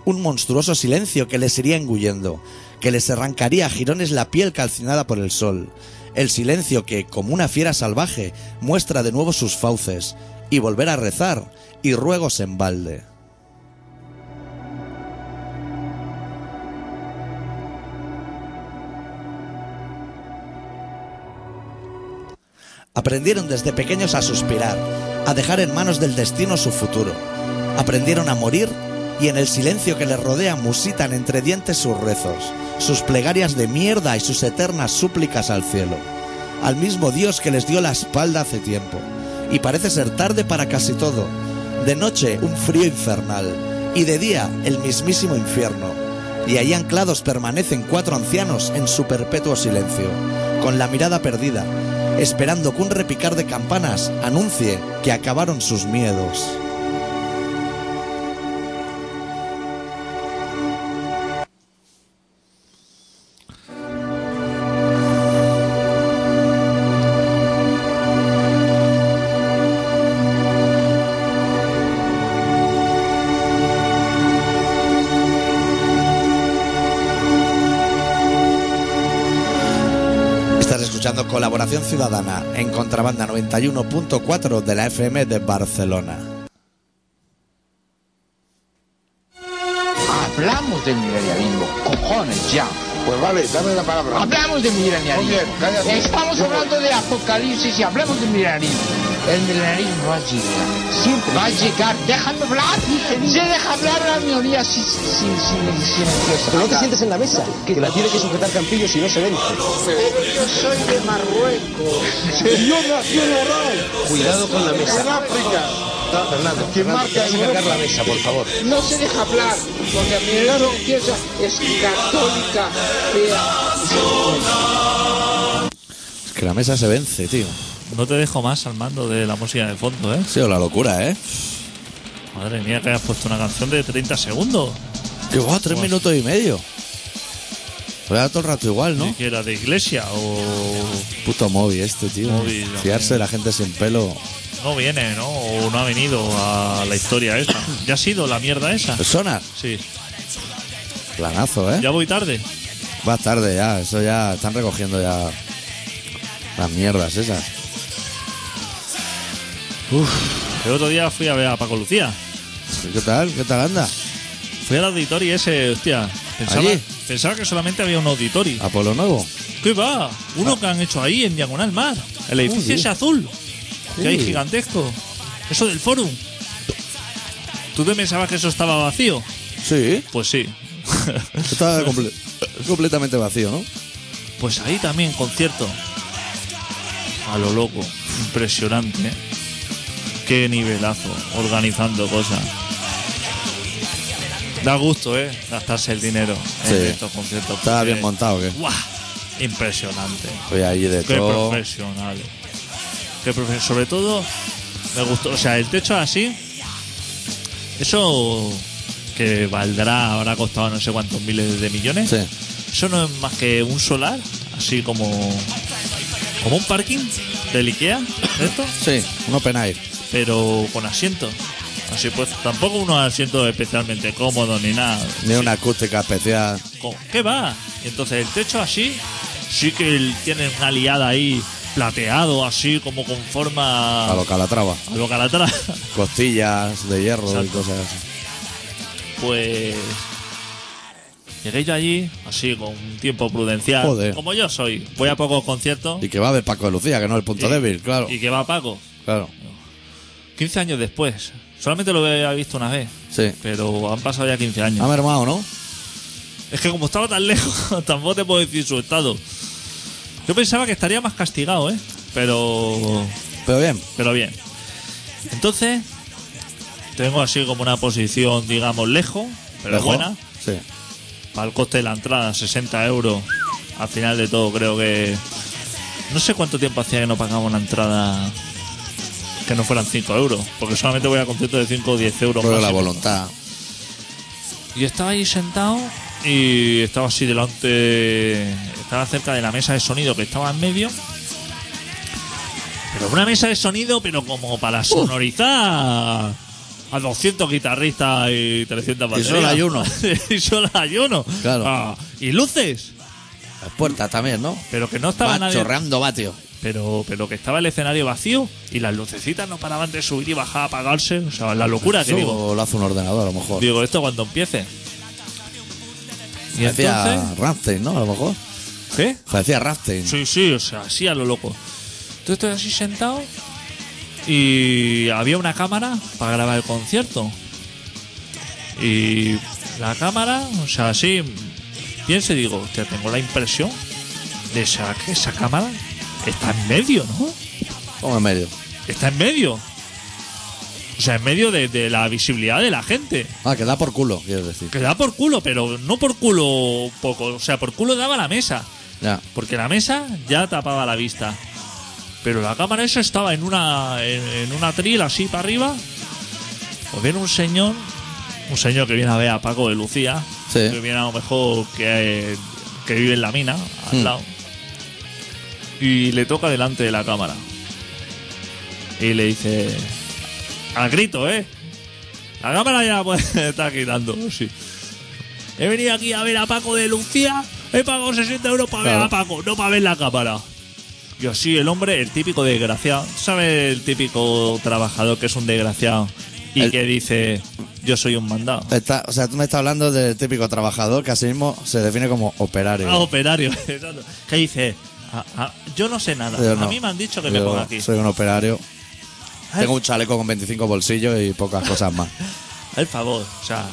Un monstruoso silencio que les iría engullendo, que les arrancaría a jirones la piel calcinada por el sol. El silencio que, como una fiera salvaje, muestra de nuevo sus fauces, y volver a rezar, y ruegos en balde. Aprendieron desde pequeños a suspirar, a dejar en manos del destino su futuro. Aprendieron a morir y en el silencio que les rodea musitan entre dientes sus rezos, sus plegarias de mierda y sus eternas súplicas al cielo. Al mismo Dios que les dio la espalda hace tiempo. Y parece ser tarde para casi todo. De noche un frío infernal y de día el mismísimo infierno y allí anclados permanecen cuatro ancianos en su perpetuo silencio, con la mirada perdida, esperando que un repicar de campanas anuncie que acabaron sus miedos. Estás escuchando Colaboración Ciudadana en Contrabanda 91.4 de la FM de Barcelona. Hablamos del milenialismo, cojones ya. Pues vale, dame la palabra. Hablamos del milenialismo. Muy bien, cállate. Estamos Yo hablando de apocalipsis y hablamos del milenialismo. El milenialismo va a llegar, siempre va a llegar. Déjame hablar, se deja hablar la minoría sin, sin, sin, sin, sin- Pero no te sientes en la mesa, que la tiene que sujetar Campillo si no se vence. Cuidado con la mesa. Fernando, ¿Quién marca vas a cargar la mesa, por favor. No se deja hablar, porque la minoría religiosa es católica, eh, Es que la mesa se vence, tío. No te dejo más al mando de la música de fondo, ¿eh? Ha sido la locura, ¿eh? Madre mía, que hayas puesto una canción de 30 segundos. Que va, tres Buah. minutos y medio. Pero era todo el rato igual, ¿No? ¿no? Que era de iglesia o Puto móvil este, tío. Moby, la Fiarse de la gente sin pelo. no viene, ¿no? O no ha venido a la historia esa. ¿Ya ha sido la mierda esa? Personas, Sí. planazo, ¿eh? Ya voy tarde. Va tarde ya, eso ya están recogiendo ya las mierdas esas. El otro día fui a ver a Paco Lucía. ¿Qué tal? ¿Qué tal anda? Fui al auditorio ese, hostia. Pensaba, ¿Allí? pensaba que solamente había un auditorio. ¿A Polo Nuevo? ¿Qué va? Uno Ah. que han hecho ahí en Diagonal Mar. El edificio Joder. ese azul. Que hay Sí. gigantesco. Eso del forum. ¿Tú te pensabas que eso estaba vacío? Sí. Pues sí. Está comple- completamente vacío, ¿no? Pues ahí también concierto. A lo loco. Impresionante. ¿eh? Qué nivelazo. Organizando cosas. Da gusto, ¿eh? Gastarse el dinero en Sí. estos conciertos. Estaba bien porque- montado, ¿o ¿qué? ¡Guau! Impresionante. Oye, ahí de Qué todo. profesionales. Qué profe- Sobre todo, me gustó. O sea, el techo así. Eso que valdrá, habrá costado no sé cuántos miles de millones. Sí. Eso no es más que un solar, así como. como un parking del IKEA, de esto, Sí, un open air. pero con asientos. Así pues, tampoco unos asientos especialmente cómodos ni nada. Ni una acústica especial. ¿Con qué va? Entonces el techo así, sí que el- tiene una liada ahí, plateado así, como con forma A lo Calatrava. a lo Calatrava. Costillas de hierro y Exacto. cosas así. Pues llegué yo allí, así con un tiempo prudencial. Joder. Como yo soy, voy a pocos conciertos. Y que va a ver Paco de Lucía, que no es el punto Y- débil, claro. Y que va a Paco. Claro. 15 años después. Solamente lo había visto una vez. Sí. Pero han pasado ya 15 años. Ha mermado, ¿no? Es que como estaba tan lejos, tampoco te puedo decir su estado. Yo pensaba que estaría más castigado, ¿eh? Pero. Pero bien. Pero bien. Entonces, tengo así como una posición, digamos, lejos, pero Mejor. buena. Sí. Para el coste de la entrada, 60 euros. Al final de todo, creo que. No sé cuánto tiempo hacía que no pagaba una entrada que no fueran 5 euros. Porque solamente voy a conciertos de 5 o 10 euros. Pero la máximo. voluntad. Y estaba ahí sentado y estaba así delante, estaba cerca de la mesa de sonido que estaba en medio. Pero una mesa de sonido, pero como para sonorizar a 200 guitarristas y 300 Y baterías. solo hay uno. y solo hay uno. Claro. Ah, y luces. Las puertas también, ¿no? Pero que no estaba Va nadie. chorreando vatio. Pero, pero que estaba el escenario vacío y las lucecitas no paraban de subir y bajar, apagarse. O sea, la locura que Eso digo. lo hace un ordenador, a lo mejor. Digo, esto cuando empiece. Y Parecía entonces. Ramstein, ¿no? A lo mejor. ¿Qué? Parecía Ramstein. Sí, sí, o sea, así a lo loco. Tú estás así sentado y había una cámara para grabar el concierto. Y la cámara, o sea, así pienso y digo, hostia, tengo la impresión de esa, que esa cámara está en medio, ¿no? Como en medio. Está en medio. O sea, en medio de, de la visibilidad de la gente. Ah, que da por culo, quiero decir. Que da por culo, pero no por culo poco. O sea, por culo daba la mesa. Ya. Porque la mesa ya tapaba la vista. Pero la cámara esa estaba en una, en, en una tril así para arriba. Pues viene un señor, un señor que viene a ver a Paco de Lucía, Sí. que viene a lo mejor que, que vive en la mina, al Hmm. lado, y le toca delante de la cámara. Y le dice, al grito, ¿eh? La cámara ya pues está quitando, sí. He venido aquí a ver a Paco de Lucía. He pagado 60 euros para ver Claro. a Paco, no para ver la cámara. Y así el hombre, el típico desgraciado. ¿Sabe el típico trabajador que es un desgraciado? Y El- que dice, yo soy un mandado. Está- o sea, tú me estás hablando del típico trabajador que así mismo se define como operario. Ah, operario. exacto. que dice, "A- a- yo no sé nada. Yo a no. mí me han dicho que me Yo ponga aquí. Ah. Soy un operario. Ay. Tengo un chaleco con 25 bolsillos y pocas cosas más. El favor, o sea,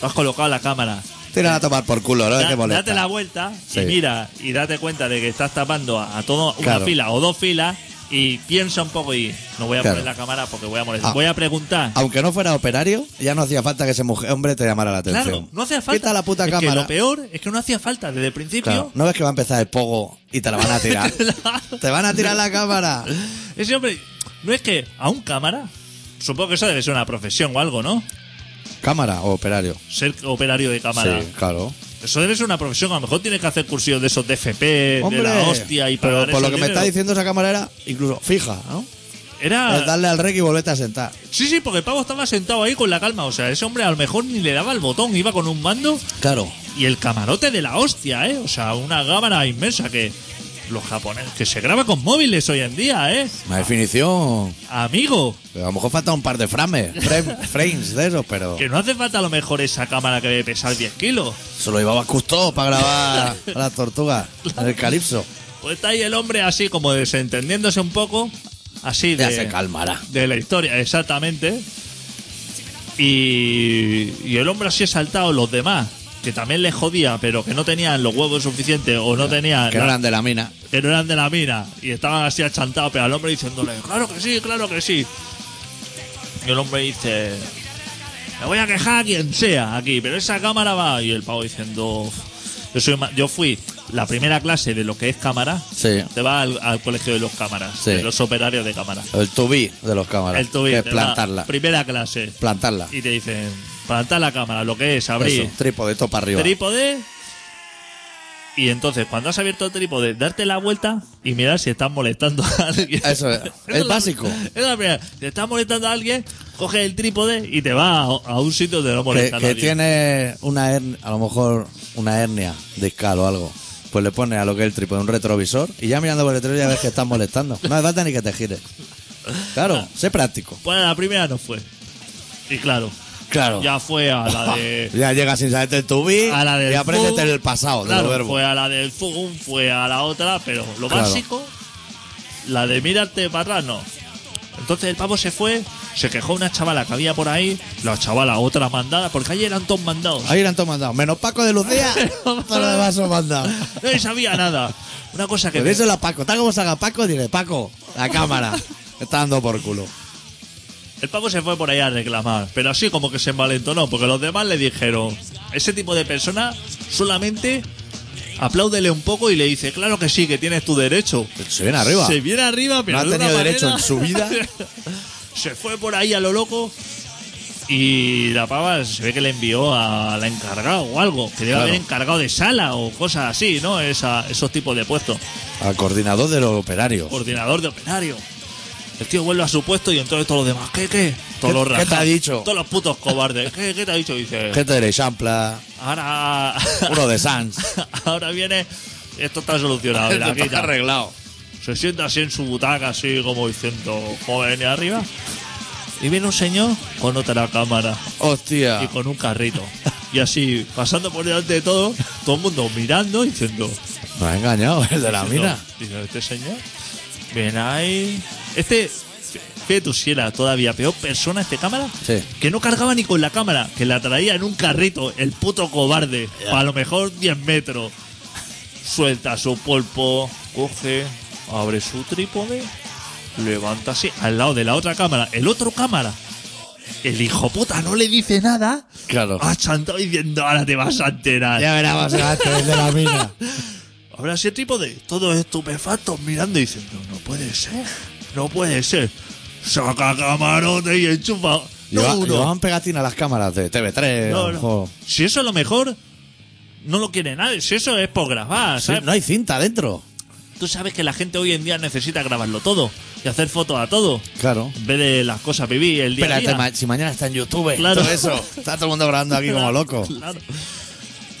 tú has colocado la cámara. Tírala a tomar por culo, ¿no? Da- es que molesta. date la vuelta Sí. y mira y date cuenta de que estás tapando a, a todo una Claro. fila o dos filas y piensa un poco y no voy a Claro. poner la cámara porque voy a molestar. Ah. Voy a preguntar. Aunque no fuera operario, ya no hacía falta que ese mujer, hombre te llamara la atención. Claro, no hacía falta. Quita la puta es Que cámara. lo peor es que no hacía falta desde el principio. Claro, No ves que va a empezar el pogo y te la van a tirar. te van a tirar la cámara. Ese hombre, no es que a un cámara, supongo que eso debe ser una profesión o algo, ¿no? Cámara o operario. Ser operario de cámara. Sí, claro. Eso debe ser una profesión. A lo mejor tienes que hacer cursillos de esos de FP, Hombre, Eh, de la hostia y pero pagar por lo esos que me está dinero. diciendo esa cámara era incluso fija, ¿no? Era. Es darle al rec y volverte a sentar. Sí, sí, porque el Pavo estaba sentado ahí con la calma. O sea, ese hombre a lo mejor ni le daba el botón, iba con un mando Claro. y el camarote de la hostia, ¿eh? O sea, una cámara inmensa que los japoneses. que se graba con móviles hoy en día, ¿eh? Una definición. Amigo, Pero a lo mejor falta un par de frames, frame- frames de esos, pero que no hace falta a lo mejor esa cámara que debe pesar 10 kilos. se lo llevaba Custó para grabar a las tortugas en el calipso. Pues está ahí el hombre así como desentendiéndose un poco, así Ya de. se calmará. de la historia, exactamente. Y, y el hombre así saltado los demás, que también les jodía, pero que no tenían los huevos suficientes o no tenían Que no la- eran de la mina. que no eran de la mina y estaban así achantados, pero al hombre diciéndole, claro que sí, claro que sí. Y el hombre dice, me voy a quejar a quien sea aquí, pero esa cámara va. Y el pavo diciendo, yo, soy, ma- yo fui la primera clase de lo que es cámara, Sí. te va al, al colegio de los cámaras, Sí. de los operarios de cámara. El tubí de los cámaras. El tubi, Que es te va, plantarla. Primera clase. Plantarla. Y te dicen, plantar la cámara, lo que es, abrir Eso, trípode, esto para arriba. trípode. Y entonces, cuando has abierto el trípode, darte la vuelta y mirar si estás molestando a alguien. Eso es, es la- básico. es la primera. Si estás molestando a alguien, coge el trípode y te vas a, a un sitio donde no que, molesta a que nadie. tiene una hernia, a lo mejor una hernia discal o algo. Pues le pone a lo que es el trípode un retrovisor y ya mirando por el retrovisor ya ves que estás molestando. No hace falta ni que te gires. Claro, sé práctico. Pues la primera no fue. Y claro, Claro. ya fue a la de. Ya llega sin saberte el tubí a la del y aprendes fútbol. el pasado Claro, pues. del verbo. Fue a la del fútbol, fue a la otra, pero lo Claro. básico, la de mirarte para atrás, no. Entonces el pavo se fue, se quejó una chavala que había por ahí, la chavala otra mandada, porque allí eran todos mandados. Ahí le han todo mandado. Menos Paco de Lucía, todo lo demás son mandado. No sabía nada. Una cosa que Pero díselo a Paco. Tal como salga Paco, dile, Paco, la cámara. Está dando por culo. El pavo se fue por ahí a reclamar, pero así como que se envalentonó, porque los demás le dijeron, ese tipo de persona solamente apláudele un poco y le dice, claro que sí, que tienes tu derecho. Se viene arriba. Se viene arriba, pero No ha de una tenido derecho manera- en su vida. se fue por ahí a lo loco y la pava se ve que le envió a la encargada o algo, que debe Claro. haber encargado de sala o cosas así, ¿no? Esa- esos tipos de puestos. Al coordinador de los operarios. Coordinador de operario. El tío vuelve a su puesto y entonces todos los demás, ¿qué, qué? Todos ¿Qué- los qué te ha rajados, dicho? Todos los putos cobardes. ¿Qué, qué te ha dicho? Dice, Gente de Champla, ahora... uno de Sans. ahora viene... Esto está solucionado. mira, aquí ya. arreglado. Se sienta así en su butaca, así como diciendo, joven y arriba. Y viene un señor con otra cámara y Hostia. con un carrito. Y así, pasando por delante de todo, todo el mundo mirando y diciendo... Nos ha engañado el de la diciendo, mina. diciendo, este señor, ven ahí... Este, que tú si era todavía peor persona este cámara, Sí. que no cargaba ni con la cámara, que la traía en un carrito, el puto cobarde, a lo mejor 10 metros. Suelta su polpo, coge, abre su trípode, levanta así, al lado de la otra cámara, el otro cámara. El hijo puta no le dice nada. Claro. Ha chantado diciendo, ahora te vas a enterar. verás el de la mina. Ahora sí, tipo de todos estupefactos mirando y diciendo, no puede ser, no puede ser. Saca camarote y enchufa. No, Lleva- uno. Llevaban pegatina a las cámaras de TV3. No, a lo no. mejor. Si eso es lo mejor, no lo quiere nadie. Si eso es por grabar, Sí, ¿sabes? no hay cinta dentro. Tú sabes que la gente hoy en día necesita grabarlo todo y hacer fotos a todo. Claro. En vez de las cosas vivir el día Espérate, a día. ma- si mañana está en YouTube. Claro. Todo eso. Está todo el mundo grabando aquí como loco. Claro.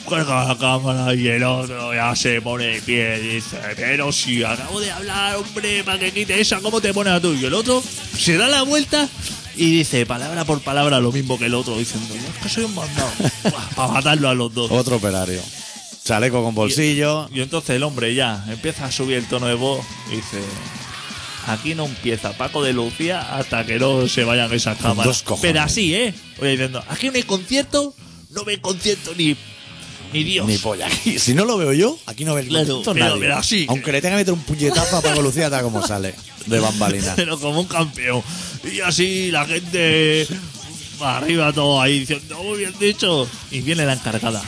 Cuelga la cámara y el otro ya se pone de pie y dice, pero si acabo de hablar, hombre, para que quite esa, ¿cómo te pones a tú? Y el otro se da la vuelta y dice palabra por palabra lo mismo que el otro, diciendo, "Yo es que soy un mandado, para matarlo a los dos. Otro operario. Chaleco con bolsillo. Y entonces el hombre ya empieza a subir el tono de voz y dice, aquí no empieza Paco de Lucía hasta que no se vayan esas cámaras. dos cojones. Pero así, ¿eh? Voy diciendo, aquí no hay concierto, no me concierto ni, ni Dios. Ni polla. Y si no lo veo yo, aquí no ve el Claro, contento pero- nadie. pero así. Aunque le tenga que meter un puñetazo a Paco Lucía, tal como sale. De bambalina. pero como un campeón. Y así la gente para arriba todo ahí diciendo, muy bien dicho. Y viene la encargada.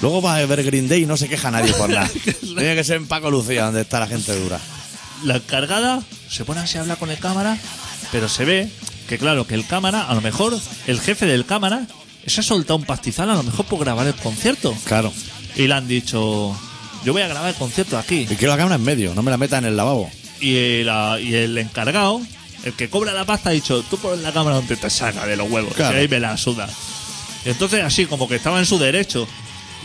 Luego vas a ver Green Day y no se queja nadie por nada. Tiene que ser en Paco Lucía donde está la gente dura. La encargada se pone así a hablar con el cámara, pero se ve que claro, que el cámara, a lo mejor el jefe del cámara, se ha soltado un pastizal a lo mejor por grabar el concierto. Claro. Y le han dicho, yo voy a grabar el concierto aquí. Y quiero la cámara en medio, no me la meta en el lavabo. Y, eh, la- y el encargado, el que cobra la pasta, ha dicho, tú pon la cámara donde te saca de los huevos. Claro. Y ahí me la suda. Y entonces así, como que estaba en su derecho.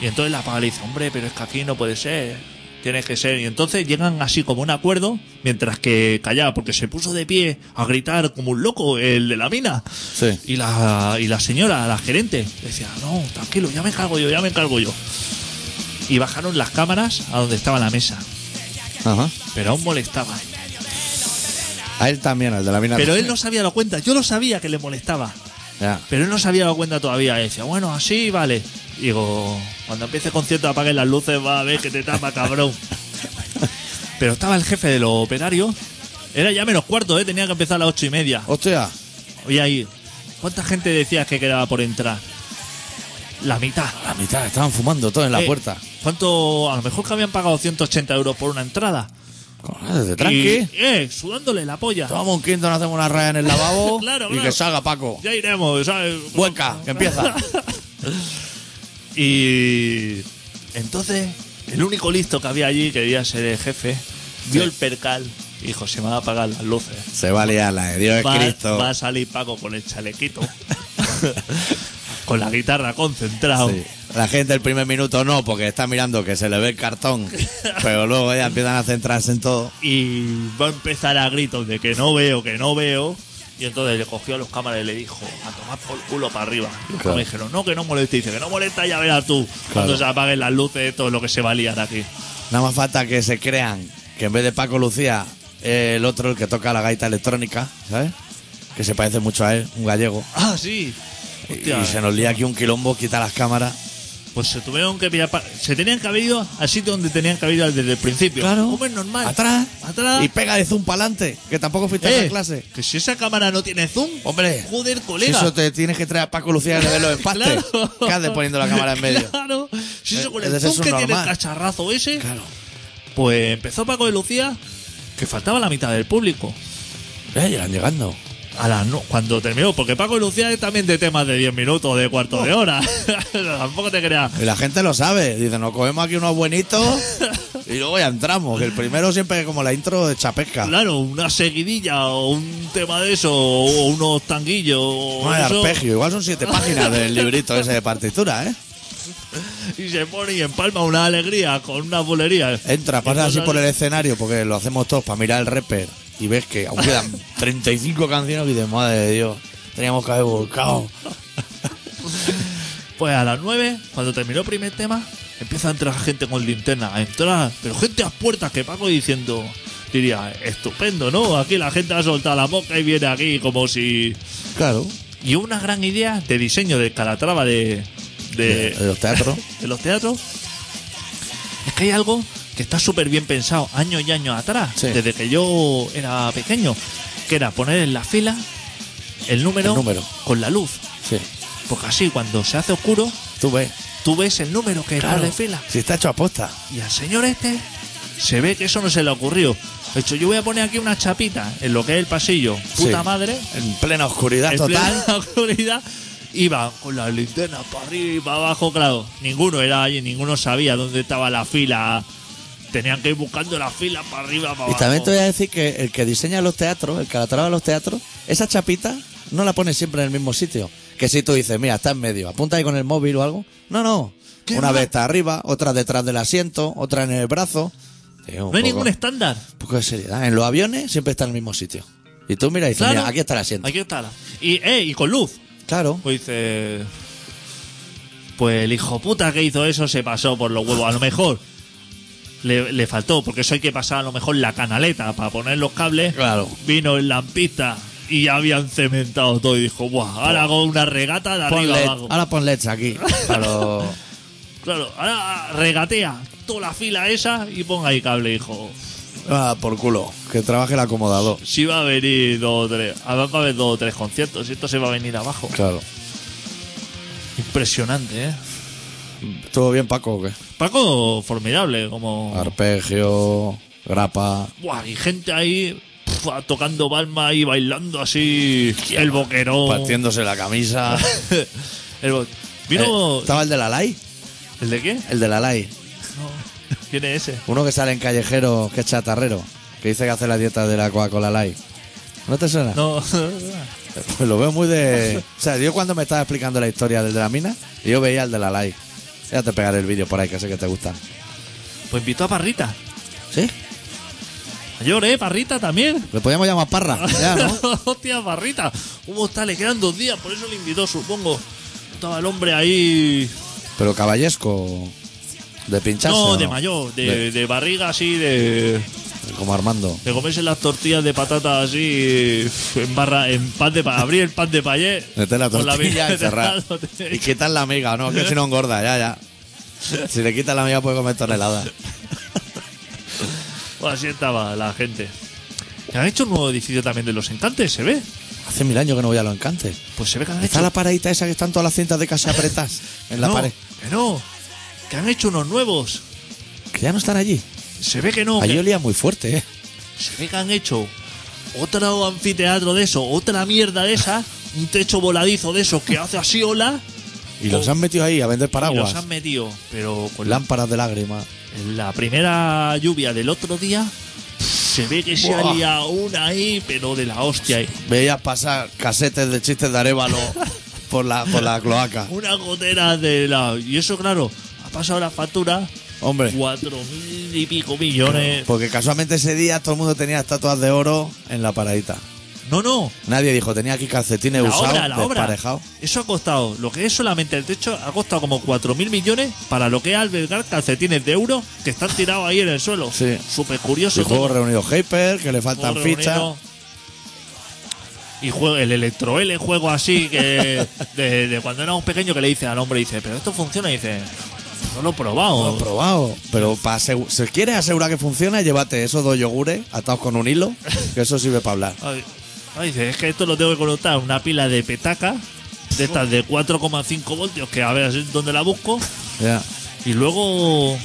Y entonces la paga le dice, hombre, pero es que aquí no puede ser. Tiene que ser. Y entonces llegan así como un acuerdo, mientras que callaba, porque se puso de pie a gritar como un loco el de la mina. Sí. Y la, y la señora, la gerente, decía, no, tranquilo, ya me encargo yo, ya me encargo yo. Y bajaron las cámaras a donde estaba la mesa, Ajá. pero aún molestaba. A él también, al de la mina. Pero él no se había dado cuenta. Yo lo sabía que le molestaba. Ya. Pero él no se había dado cuenta todavía. Y decía, bueno, así vale. Digo, cuando empiece el concierto apaguen las luces, va a ver que te tapa, cabrón. Pero estaba el jefe de los operarios. Era ya menos cuarto, ¿eh? Tenía que empezar a las ocho y media. Hostia. Y ahí, ¿cuánta gente decías que quedaba por entrar? La mitad. La mitad, estaban fumando todo en la Eh, puerta. ¿Cuánto? A lo mejor que habían pagado 180 euros por una entrada. Desde tranqui. Y, eh, sudándole la polla. Tomamos un quinto, nos hacemos una raya en el lavabo. Claro, y claro. que salga Paco. Ya eh, iremos, ¿sabes? Hueca, que empieza. Y entonces, el único listo que había allí, que debía ser el jefe, vio el percal y dijo, se me van a apagar las luces. Se va a liar la de Dios es Va, Cristo. va a salir Paco con el chalequito, con la guitarra concentrado. Sí. La gente el primer minuto no, porque está mirando que se le ve el cartón. pero luego ya empiezan a centrarse en todo. Y va a empezar a gritos de que no veo, que no veo. Y entonces le cogió a los cámaras y le dijo, a tomar por culo para arriba. Y Claro. los cámaras dijeron, no, que no moleste. Y dice, que no molesta, ya verás tú. Cuando Claro. se apaguen las luces, todo lo que se va a liar aquí. Nada más falta que se crean que en vez de Paco Lucía, eh, el otro, el que toca la gaita electrónica, ¿sabes? Que se parece mucho a él, un gallego. Ah, sí. Y- Hostia. Y se nos lía aquí un quilombo, quita las cámaras. Pues se tuvieron que pillar pa- Se tenían que haber ido al sitio donde tenían que haber ido desde el principio. Como es normal. Atrás. Atrás. Y pega de zoom para adelante, que tampoco fuiste a Eh, esa clase. Que si esa cámara no tiene zoom. Hombre. Joder, Si colega. eso te tienes que traer a Paco Lucía que le dé los empastes. Claro. ¿Qué haces poniendo la cámara en medio? Claro. Si eso Eh, con ese el es zoom un que tiene el normal. cacharrazo ese. Pues empezó Paco de Lucía. Que faltaba la mitad del público. Eh, llegan llegando. A las no- cuando terminó, porque Paco de Lucía es también de temas de 10 minutos, de cuarto Oh. de hora. Tampoco te creas. Y la gente lo sabe. Dice, nos cogemos aquí unos buenitos Y luego ya entramos, que el primero siempre como la intro de chapesca. Claro, una seguidilla o un tema de eso, o unos tanguillos. o No hay eso, arpegio, igual son siete páginas del librito ese de partitura, ¿eh? Y se pone y empalma una alegría con una bulería. Entra, pasa Y así cosas- por el escenario, porque lo hacemos todos para mirar el rapper y ves que aún quedan 35 canciones y dices, madre de Dios, teníamos que haber volcado. Pues a las 9, cuando terminó el primer tema, empieza a entrar gente con linterna, a entrar, pero gente a puertas que Paco diciendo, diría, estupendo, ¿no? Aquí la gente ha soltado la boca y viene aquí como si. Claro, Y una gran idea de diseño de Calatrava de. de, en los teatros. de los teatros. Es que hay algo que está súper bien pensado años y años atrás, Sí. desde que yo era pequeño, que era poner en la fila el número, El número. con la luz. Sí, Porque así cuando se hace oscuro, tú ves. tú ves el número que está de fila. Si está hecho aposta. Y al señor este se ve que eso no se le ocurrió. De hecho, yo voy a poner aquí una chapita en lo que es el pasillo. Puta Sí. madre. En plena oscuridad En total. plena oscuridad. Iba con las linternas para arriba y para abajo, claro. Ninguno era allí, ninguno sabía dónde estaba la fila. Tenían que ir buscando la fila para arriba, para Y abajo. también te voy a decir que el que diseña los teatros, el que de los teatros, esa chapita no la pone siempre en el mismo sitio. Que si tú dices, mira, está en medio, apunta ahí con el móvil o algo. No, no. Una vez está arriba, otra detrás del asiento, otra en el brazo. Tío, un No hay poco- ningún estándar. un poco de seriedad. En los aviones siempre está en el mismo sitio. Y tú mira y dices, Claro. mira, aquí está el asiento. Aquí está. la- Y, eh, y con luz. Claro. Pues dice. Pues el hijo puta que hizo eso se pasó por los huevos. A lo mejor le, le faltó, porque eso hay que pasar a lo mejor la canaleta para poner los cables. Claro. Vino el lampista y ya habían cementado todo. Y dijo, ¡buah! Ahora hago una regata de Pon arriba led- abajo. ahora pon LEDs aquí. Pero Claro, ahora regatea toda la fila esa y ponga ahí cable, hijo. ah, por culo. Que trabaje el acomodador. Si va a venir dos o tres, ah, va a haber dos o tres conciertos, y esto se va a venir abajo. Claro. Impresionante, ¿eh? ¿Todo bien, Paco? o qué? Paco, formidable, como. Ah, Arpegio, grapa. Buah, y gente ahí pf, tocando palma y bailando así el boquerón. Partiéndose la camisa. El bo- Vino. Eh, estaba el de la LAI. ¿El de qué? El de la LAI. ¿Quién es ese? Uno que sale en callejero, que es chatarrero. Que dice que hace la dieta de la Coca-Cola LAI. ¿No te suena? No. Pues lo veo muy de. O sea, yo cuando me estaba explicando la historia del de la mina, yo veía el de la LAI. Ya te pegaré el vídeo por ahí, que sé que te gustan. pues invitó a Parrita. ¿Sí? Mayor, ¿eh? Parrita también. Le podíamos llamar Parra, ya, ¿no? Hostia, Parrita. ¿Cómo está? Le quedan dos días, por eso le invitó, supongo. Estaba el hombre ahí. Pero caballesco. De pincharse. no, ¿o de mayor, de, de barriga así, de, Como Armando. de comerse las tortillas de patata así, en barra, en pan de pa- abrir el pan de payé. Meter la con tortilla y virgen de cerrar. la tortilla. Y quitar la miga, ¿no? Que si no engorda, ya, ya. Si le quitas la miga puede comer toneladas. Pues así estaba la gente. Que han hecho un nuevo edificio también de los encantes, se ve. Hace mil años que no voy a los encantes. Pues se ve que han Está hecho. la paradita esa que están todas las cintas de casa apretadas en la no, pared. Que no, que han hecho unos nuevos. Que ya no están allí. Se ve que no. Allí que- olía muy fuerte, ¿eh? se ve que han hecho otro anfiteatro de eso, otra mierda de esa, un techo voladizo de esos que hace así ola. Y los han metido ahí a vender Y paraguas. los han metido, pero con la, Lámparas de lágrimas. la primera lluvia del otro día. Se ve que se Buah. ha liado una ahí, pero de la hostia. ahí. Veías pasar casetes de chistes de arévalo por la, por la cloaca. Una gotera de la. Y eso, claro, ha pasado la factura. Hombre, Cuatro mil y pico millones. porque casualmente ese día todo el mundo tenía estatuas de oro en la paradita. No, no. Nadie dijo, tenía aquí calcetines La usados, obra, la obra. desparejados. Eso ha costado, lo que es solamente el techo, ha costado como cuatro mil millones para lo que es albergar calcetines de euro que están tirados ahí en el suelo. Sí. Súper curioso. Y juegos todo. reunidos Hyper, que le faltan Juego fichas. reunido. Y juego, el Electro L, juego así que de, de cuando éramos pequeños que le dice al hombre, dice, pero esto funciona, y dice, no lo he Lo probado. han probado. Pero para asegu- si quieres asegurar que funciona, llévate esos dos yogures atados con un hilo, que eso sirve para hablar. Ay, ay, dice, es que esto lo tengo que conectar a una pila de petaca, de estas de 4,5 voltios, que a ver dónde la busco. Ya. Y luego.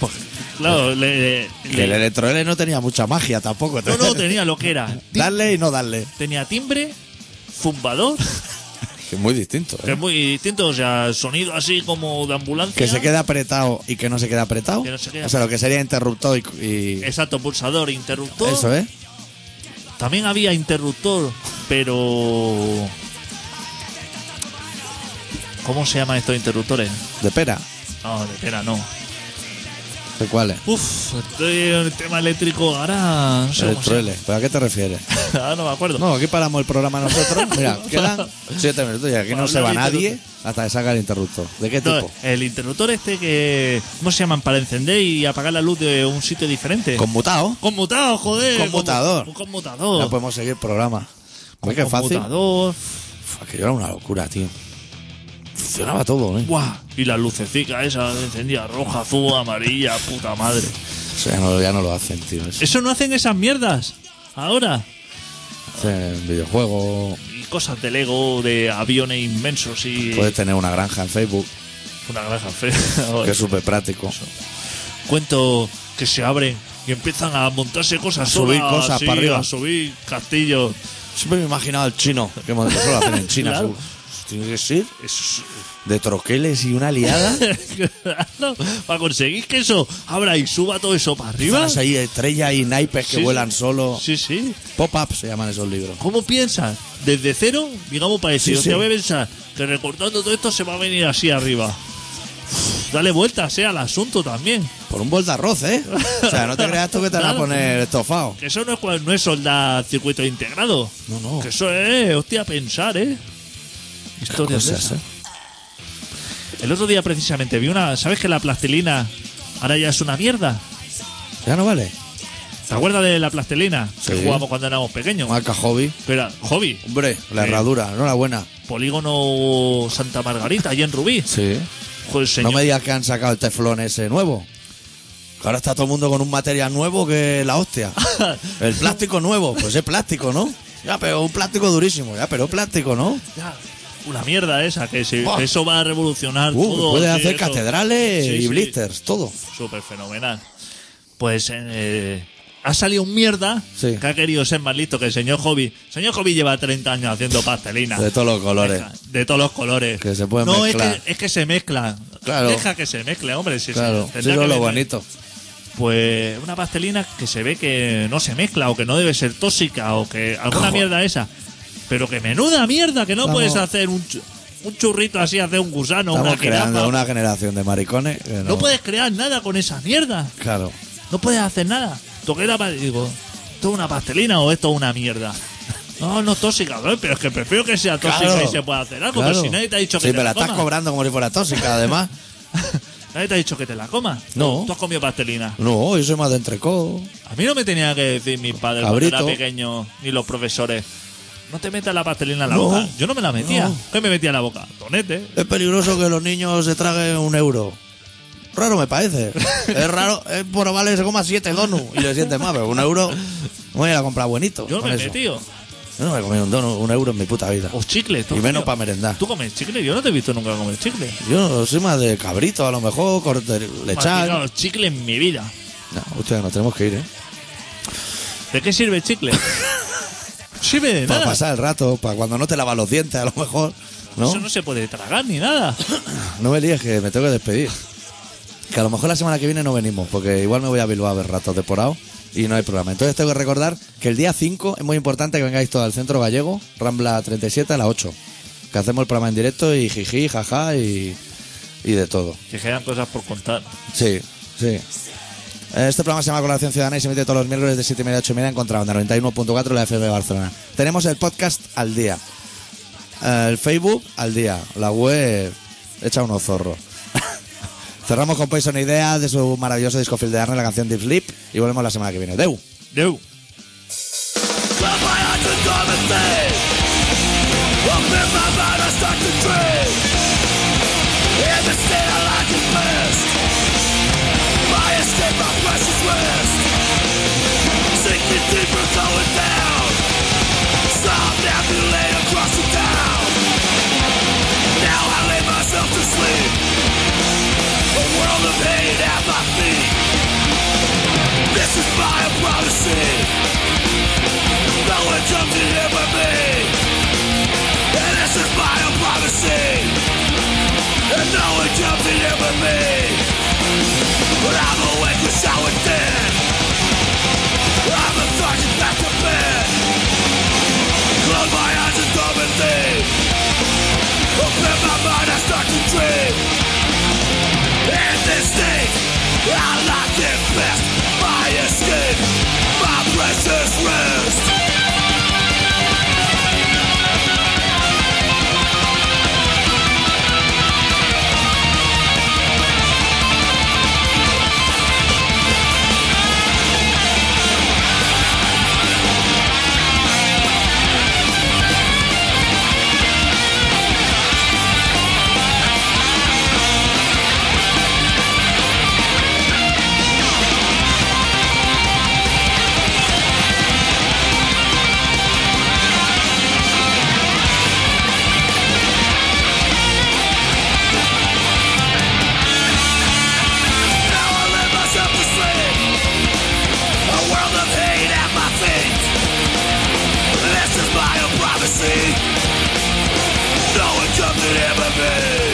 Pues, claro, le. Que le- el electroel no tenía mucha magia tampoco. no, no, tenía lo que era. Tim- darle y no darle. Tenía timbre, zumbador Que es muy distinto, ¿eh? Que es muy distinto, o sea, sonido así como de ambulancia. Que se queda apretado y que no se queda apretado. Que no se queda- O sea, lo que sería interruptor y. y- Exacto, pulsador, interruptor. Eso, ¿eh? También había interruptor, pero. ¿Cómo se llaman estos interruptores? De pera. No, de pera no. ¿De cuáles? Uf, estoy en el tema eléctrico ahora. No sé De cómo se llama. truele. ¿Pero a qué te refieres? Ahora no me acuerdo. No, aquí paramos el programa nosotros. Mira, quedan siete minutos y aquí Para no se va hablar de nadie hasta que salga el interruptor. ¿De qué No, este tipo? el interruptor este que. ¿Cómo se llaman? Para encender y apagar la luz de un sitio diferente. Conmutado. Conmutado, joder. Conmutador. Un conmutador. No podemos seguir el programa. Oye, qué fácil. Conmutador. Fua, que yo era una locura, tío. Funcionaba todo, ¿eh? Guau. Y la lucecita esa encendida roja, azul, amarilla, puta madre. Eso ya no, ya no lo hacen, tío. Eso Eso no hacen esas mierdas. Ahora. hacen videojuegos. Y cosas de Lego, de aviones inmensos y. Puedes tener una granja en Facebook, Una granja fea. que es súper práctico. Cuento que se abren y empiezan a montarse cosas A subir solas, cosas sí, para arriba. A subir castillos. Siempre me he imaginado el chino. Que mon- eso lo hacen en China, Claro. seguro. Tiene que ser Es- de troqueles y una liada. Claro, para conseguir que eso abra y suba todo eso para arriba. Estás ahí estrellas y naipes que Sí, vuelan sí. solo. Sí, sí. Pop-up se llaman esos libros. ¿Cómo piensas? Desde cero, digamos, para decir, Sí, sí. hostia, voy a pensar que recortando todo esto se va a venir así arriba. Dale vueltas eh, al asunto también. Por un bol de arroz, ¿eh? O sea, no te creas tú que te van a Claro. poner estofado. Que eso no es, cua- no es soldar circuito integrado. No, no. Que eso es, hostia, pensar, ¿eh? Historias de Cosas, esas. ¿eh? El otro día precisamente vi una... ¿Sabes que la plastilina ahora ya es una mierda? Ya no vale. ¿Te acuerdas de la plastilina? Sí. Que jugábamos cuando éramos pequeños. Marca hobby. Que era hobby. Hombre, la Sí. herradura, enhorabuena. Polígono Santa Margarita, allí en Rubí. Sí. No Joder, señor. me digas que han sacado el teflón ese nuevo. Que Ahora está todo el mundo con un material nuevo que la hostia. El plástico nuevo, pues es plástico, ¿no? Ya, pero un plástico durísimo, ya, pero plástico, ¿no? Ya, Una mierda esa, que si- Buah. eso va a revolucionar Uh, todo. puedes sí, hacer eso. catedrales Sí, y sí. blisters, todo. Súper fenomenal. Pues eh, ha salido un mierda Sí. que ha querido ser más listo que el señor Hobby. Señor Hobby lleva 30 años haciendo pastelinas. De todos los colores. De todos los colores. Que se pueden no, mezclar. Es, que, es que se mezclan. Claro. Deja que se mezcle, hombre. Si se- Claro, tendrá eso es que lo vender. bonito. Pues una pastelina que se ve que no se mezcla o que no debe ser tóxica o que alguna Ojo. mierda esa. Pero que menuda mierda, que no Estamos- puedes hacer un, chu- un churrito así, hacer un gusano, Estamos una jirafa. creando una generación de maricones. que No puedes crear nada con esa mierda. Claro. No puedes hacer nada. Toqué la pa- digo, ¿esto es una pastelina o esto es una mierda? No, no es tóxica, ¿no? pero es que prefiero que sea tóxica Claro. y se pueda hacer algo. Claro. Pero si nadie te ha dicho que Sí, te me la la estás comas. cobrando como si fuera tóxica, además. Nadie te ha dicho que te la comas. No. Tú has comido pastelina. No, yo soy más de entrecó. A mí no me tenía que decir mis padres cuando Cabrito. era pequeño, ni los profesores. No te metas la pastelina en la No. boca. Yo no me la metía. No. ¿Qué me metía en la boca? Tonete. Es peligroso que los niños se traguen un euro. Raro me parece. Es raro, es probable que se coma siete donuts y le siente más, pero un euro. Voy a ir a comprar buenito. Yo no con me he eso. metido. Yo no me he comido un donut, un euro en mi puta vida. O chicles. tú, Y menos tío. para merendar. ¿Tú comes chicle? Yo no te he visto nunca comer chicle. Yo soy más de cabrito, a lo mejor, corte, lechal. Masticado chicle en mi vida. No, ustedes nos tenemos que ir, ¿eh? ¿De qué sirve el chicle? sirve de Para nada. pasar el rato, para cuando no te lavas los dientes, a lo mejor. ¿no? Eso no se puede tragar ni nada. No me líes, que me tengo que despedir. Que a lo mejor la semana que viene no venimos, porque igual me voy a Bilbao a ver ratos de porao y no hay programa. Entonces tengo que recordar que el día 5 es muy importante que vengáis todos al centro gallego, Rambla 37 a las 8. Que hacemos el programa en directo y jiji, jaja y, y de todo. Que quedan cosas por contar. Sí, sí. Este programa se llama Colaboración Ciudadana y se emite todos los miércoles de 7 y media a 8 y media en Contrabanda 91.4 de la FM de Barcelona. Tenemos el podcast al día, el Facebook al día, la web hecha unos zorros. Cerramos con Poison Idea de su maravilloso disco Phil de Arne, la canción Deep Sleep, y volvemos la semana que viene. ¡Deu! Deu. This is my policy. No one comes to hear with me. And this is my policy. nothing here but me. But I'm awake, wish I was dead. I'm a sergeant back to bed. Close my eyes and go and think. Open my mind, I start to dream. In this state, I like it best. My escape, my precious rest. Now I live myself to sleep. A world of hate at my feet. This is my own prophecy. No one comes to ever me.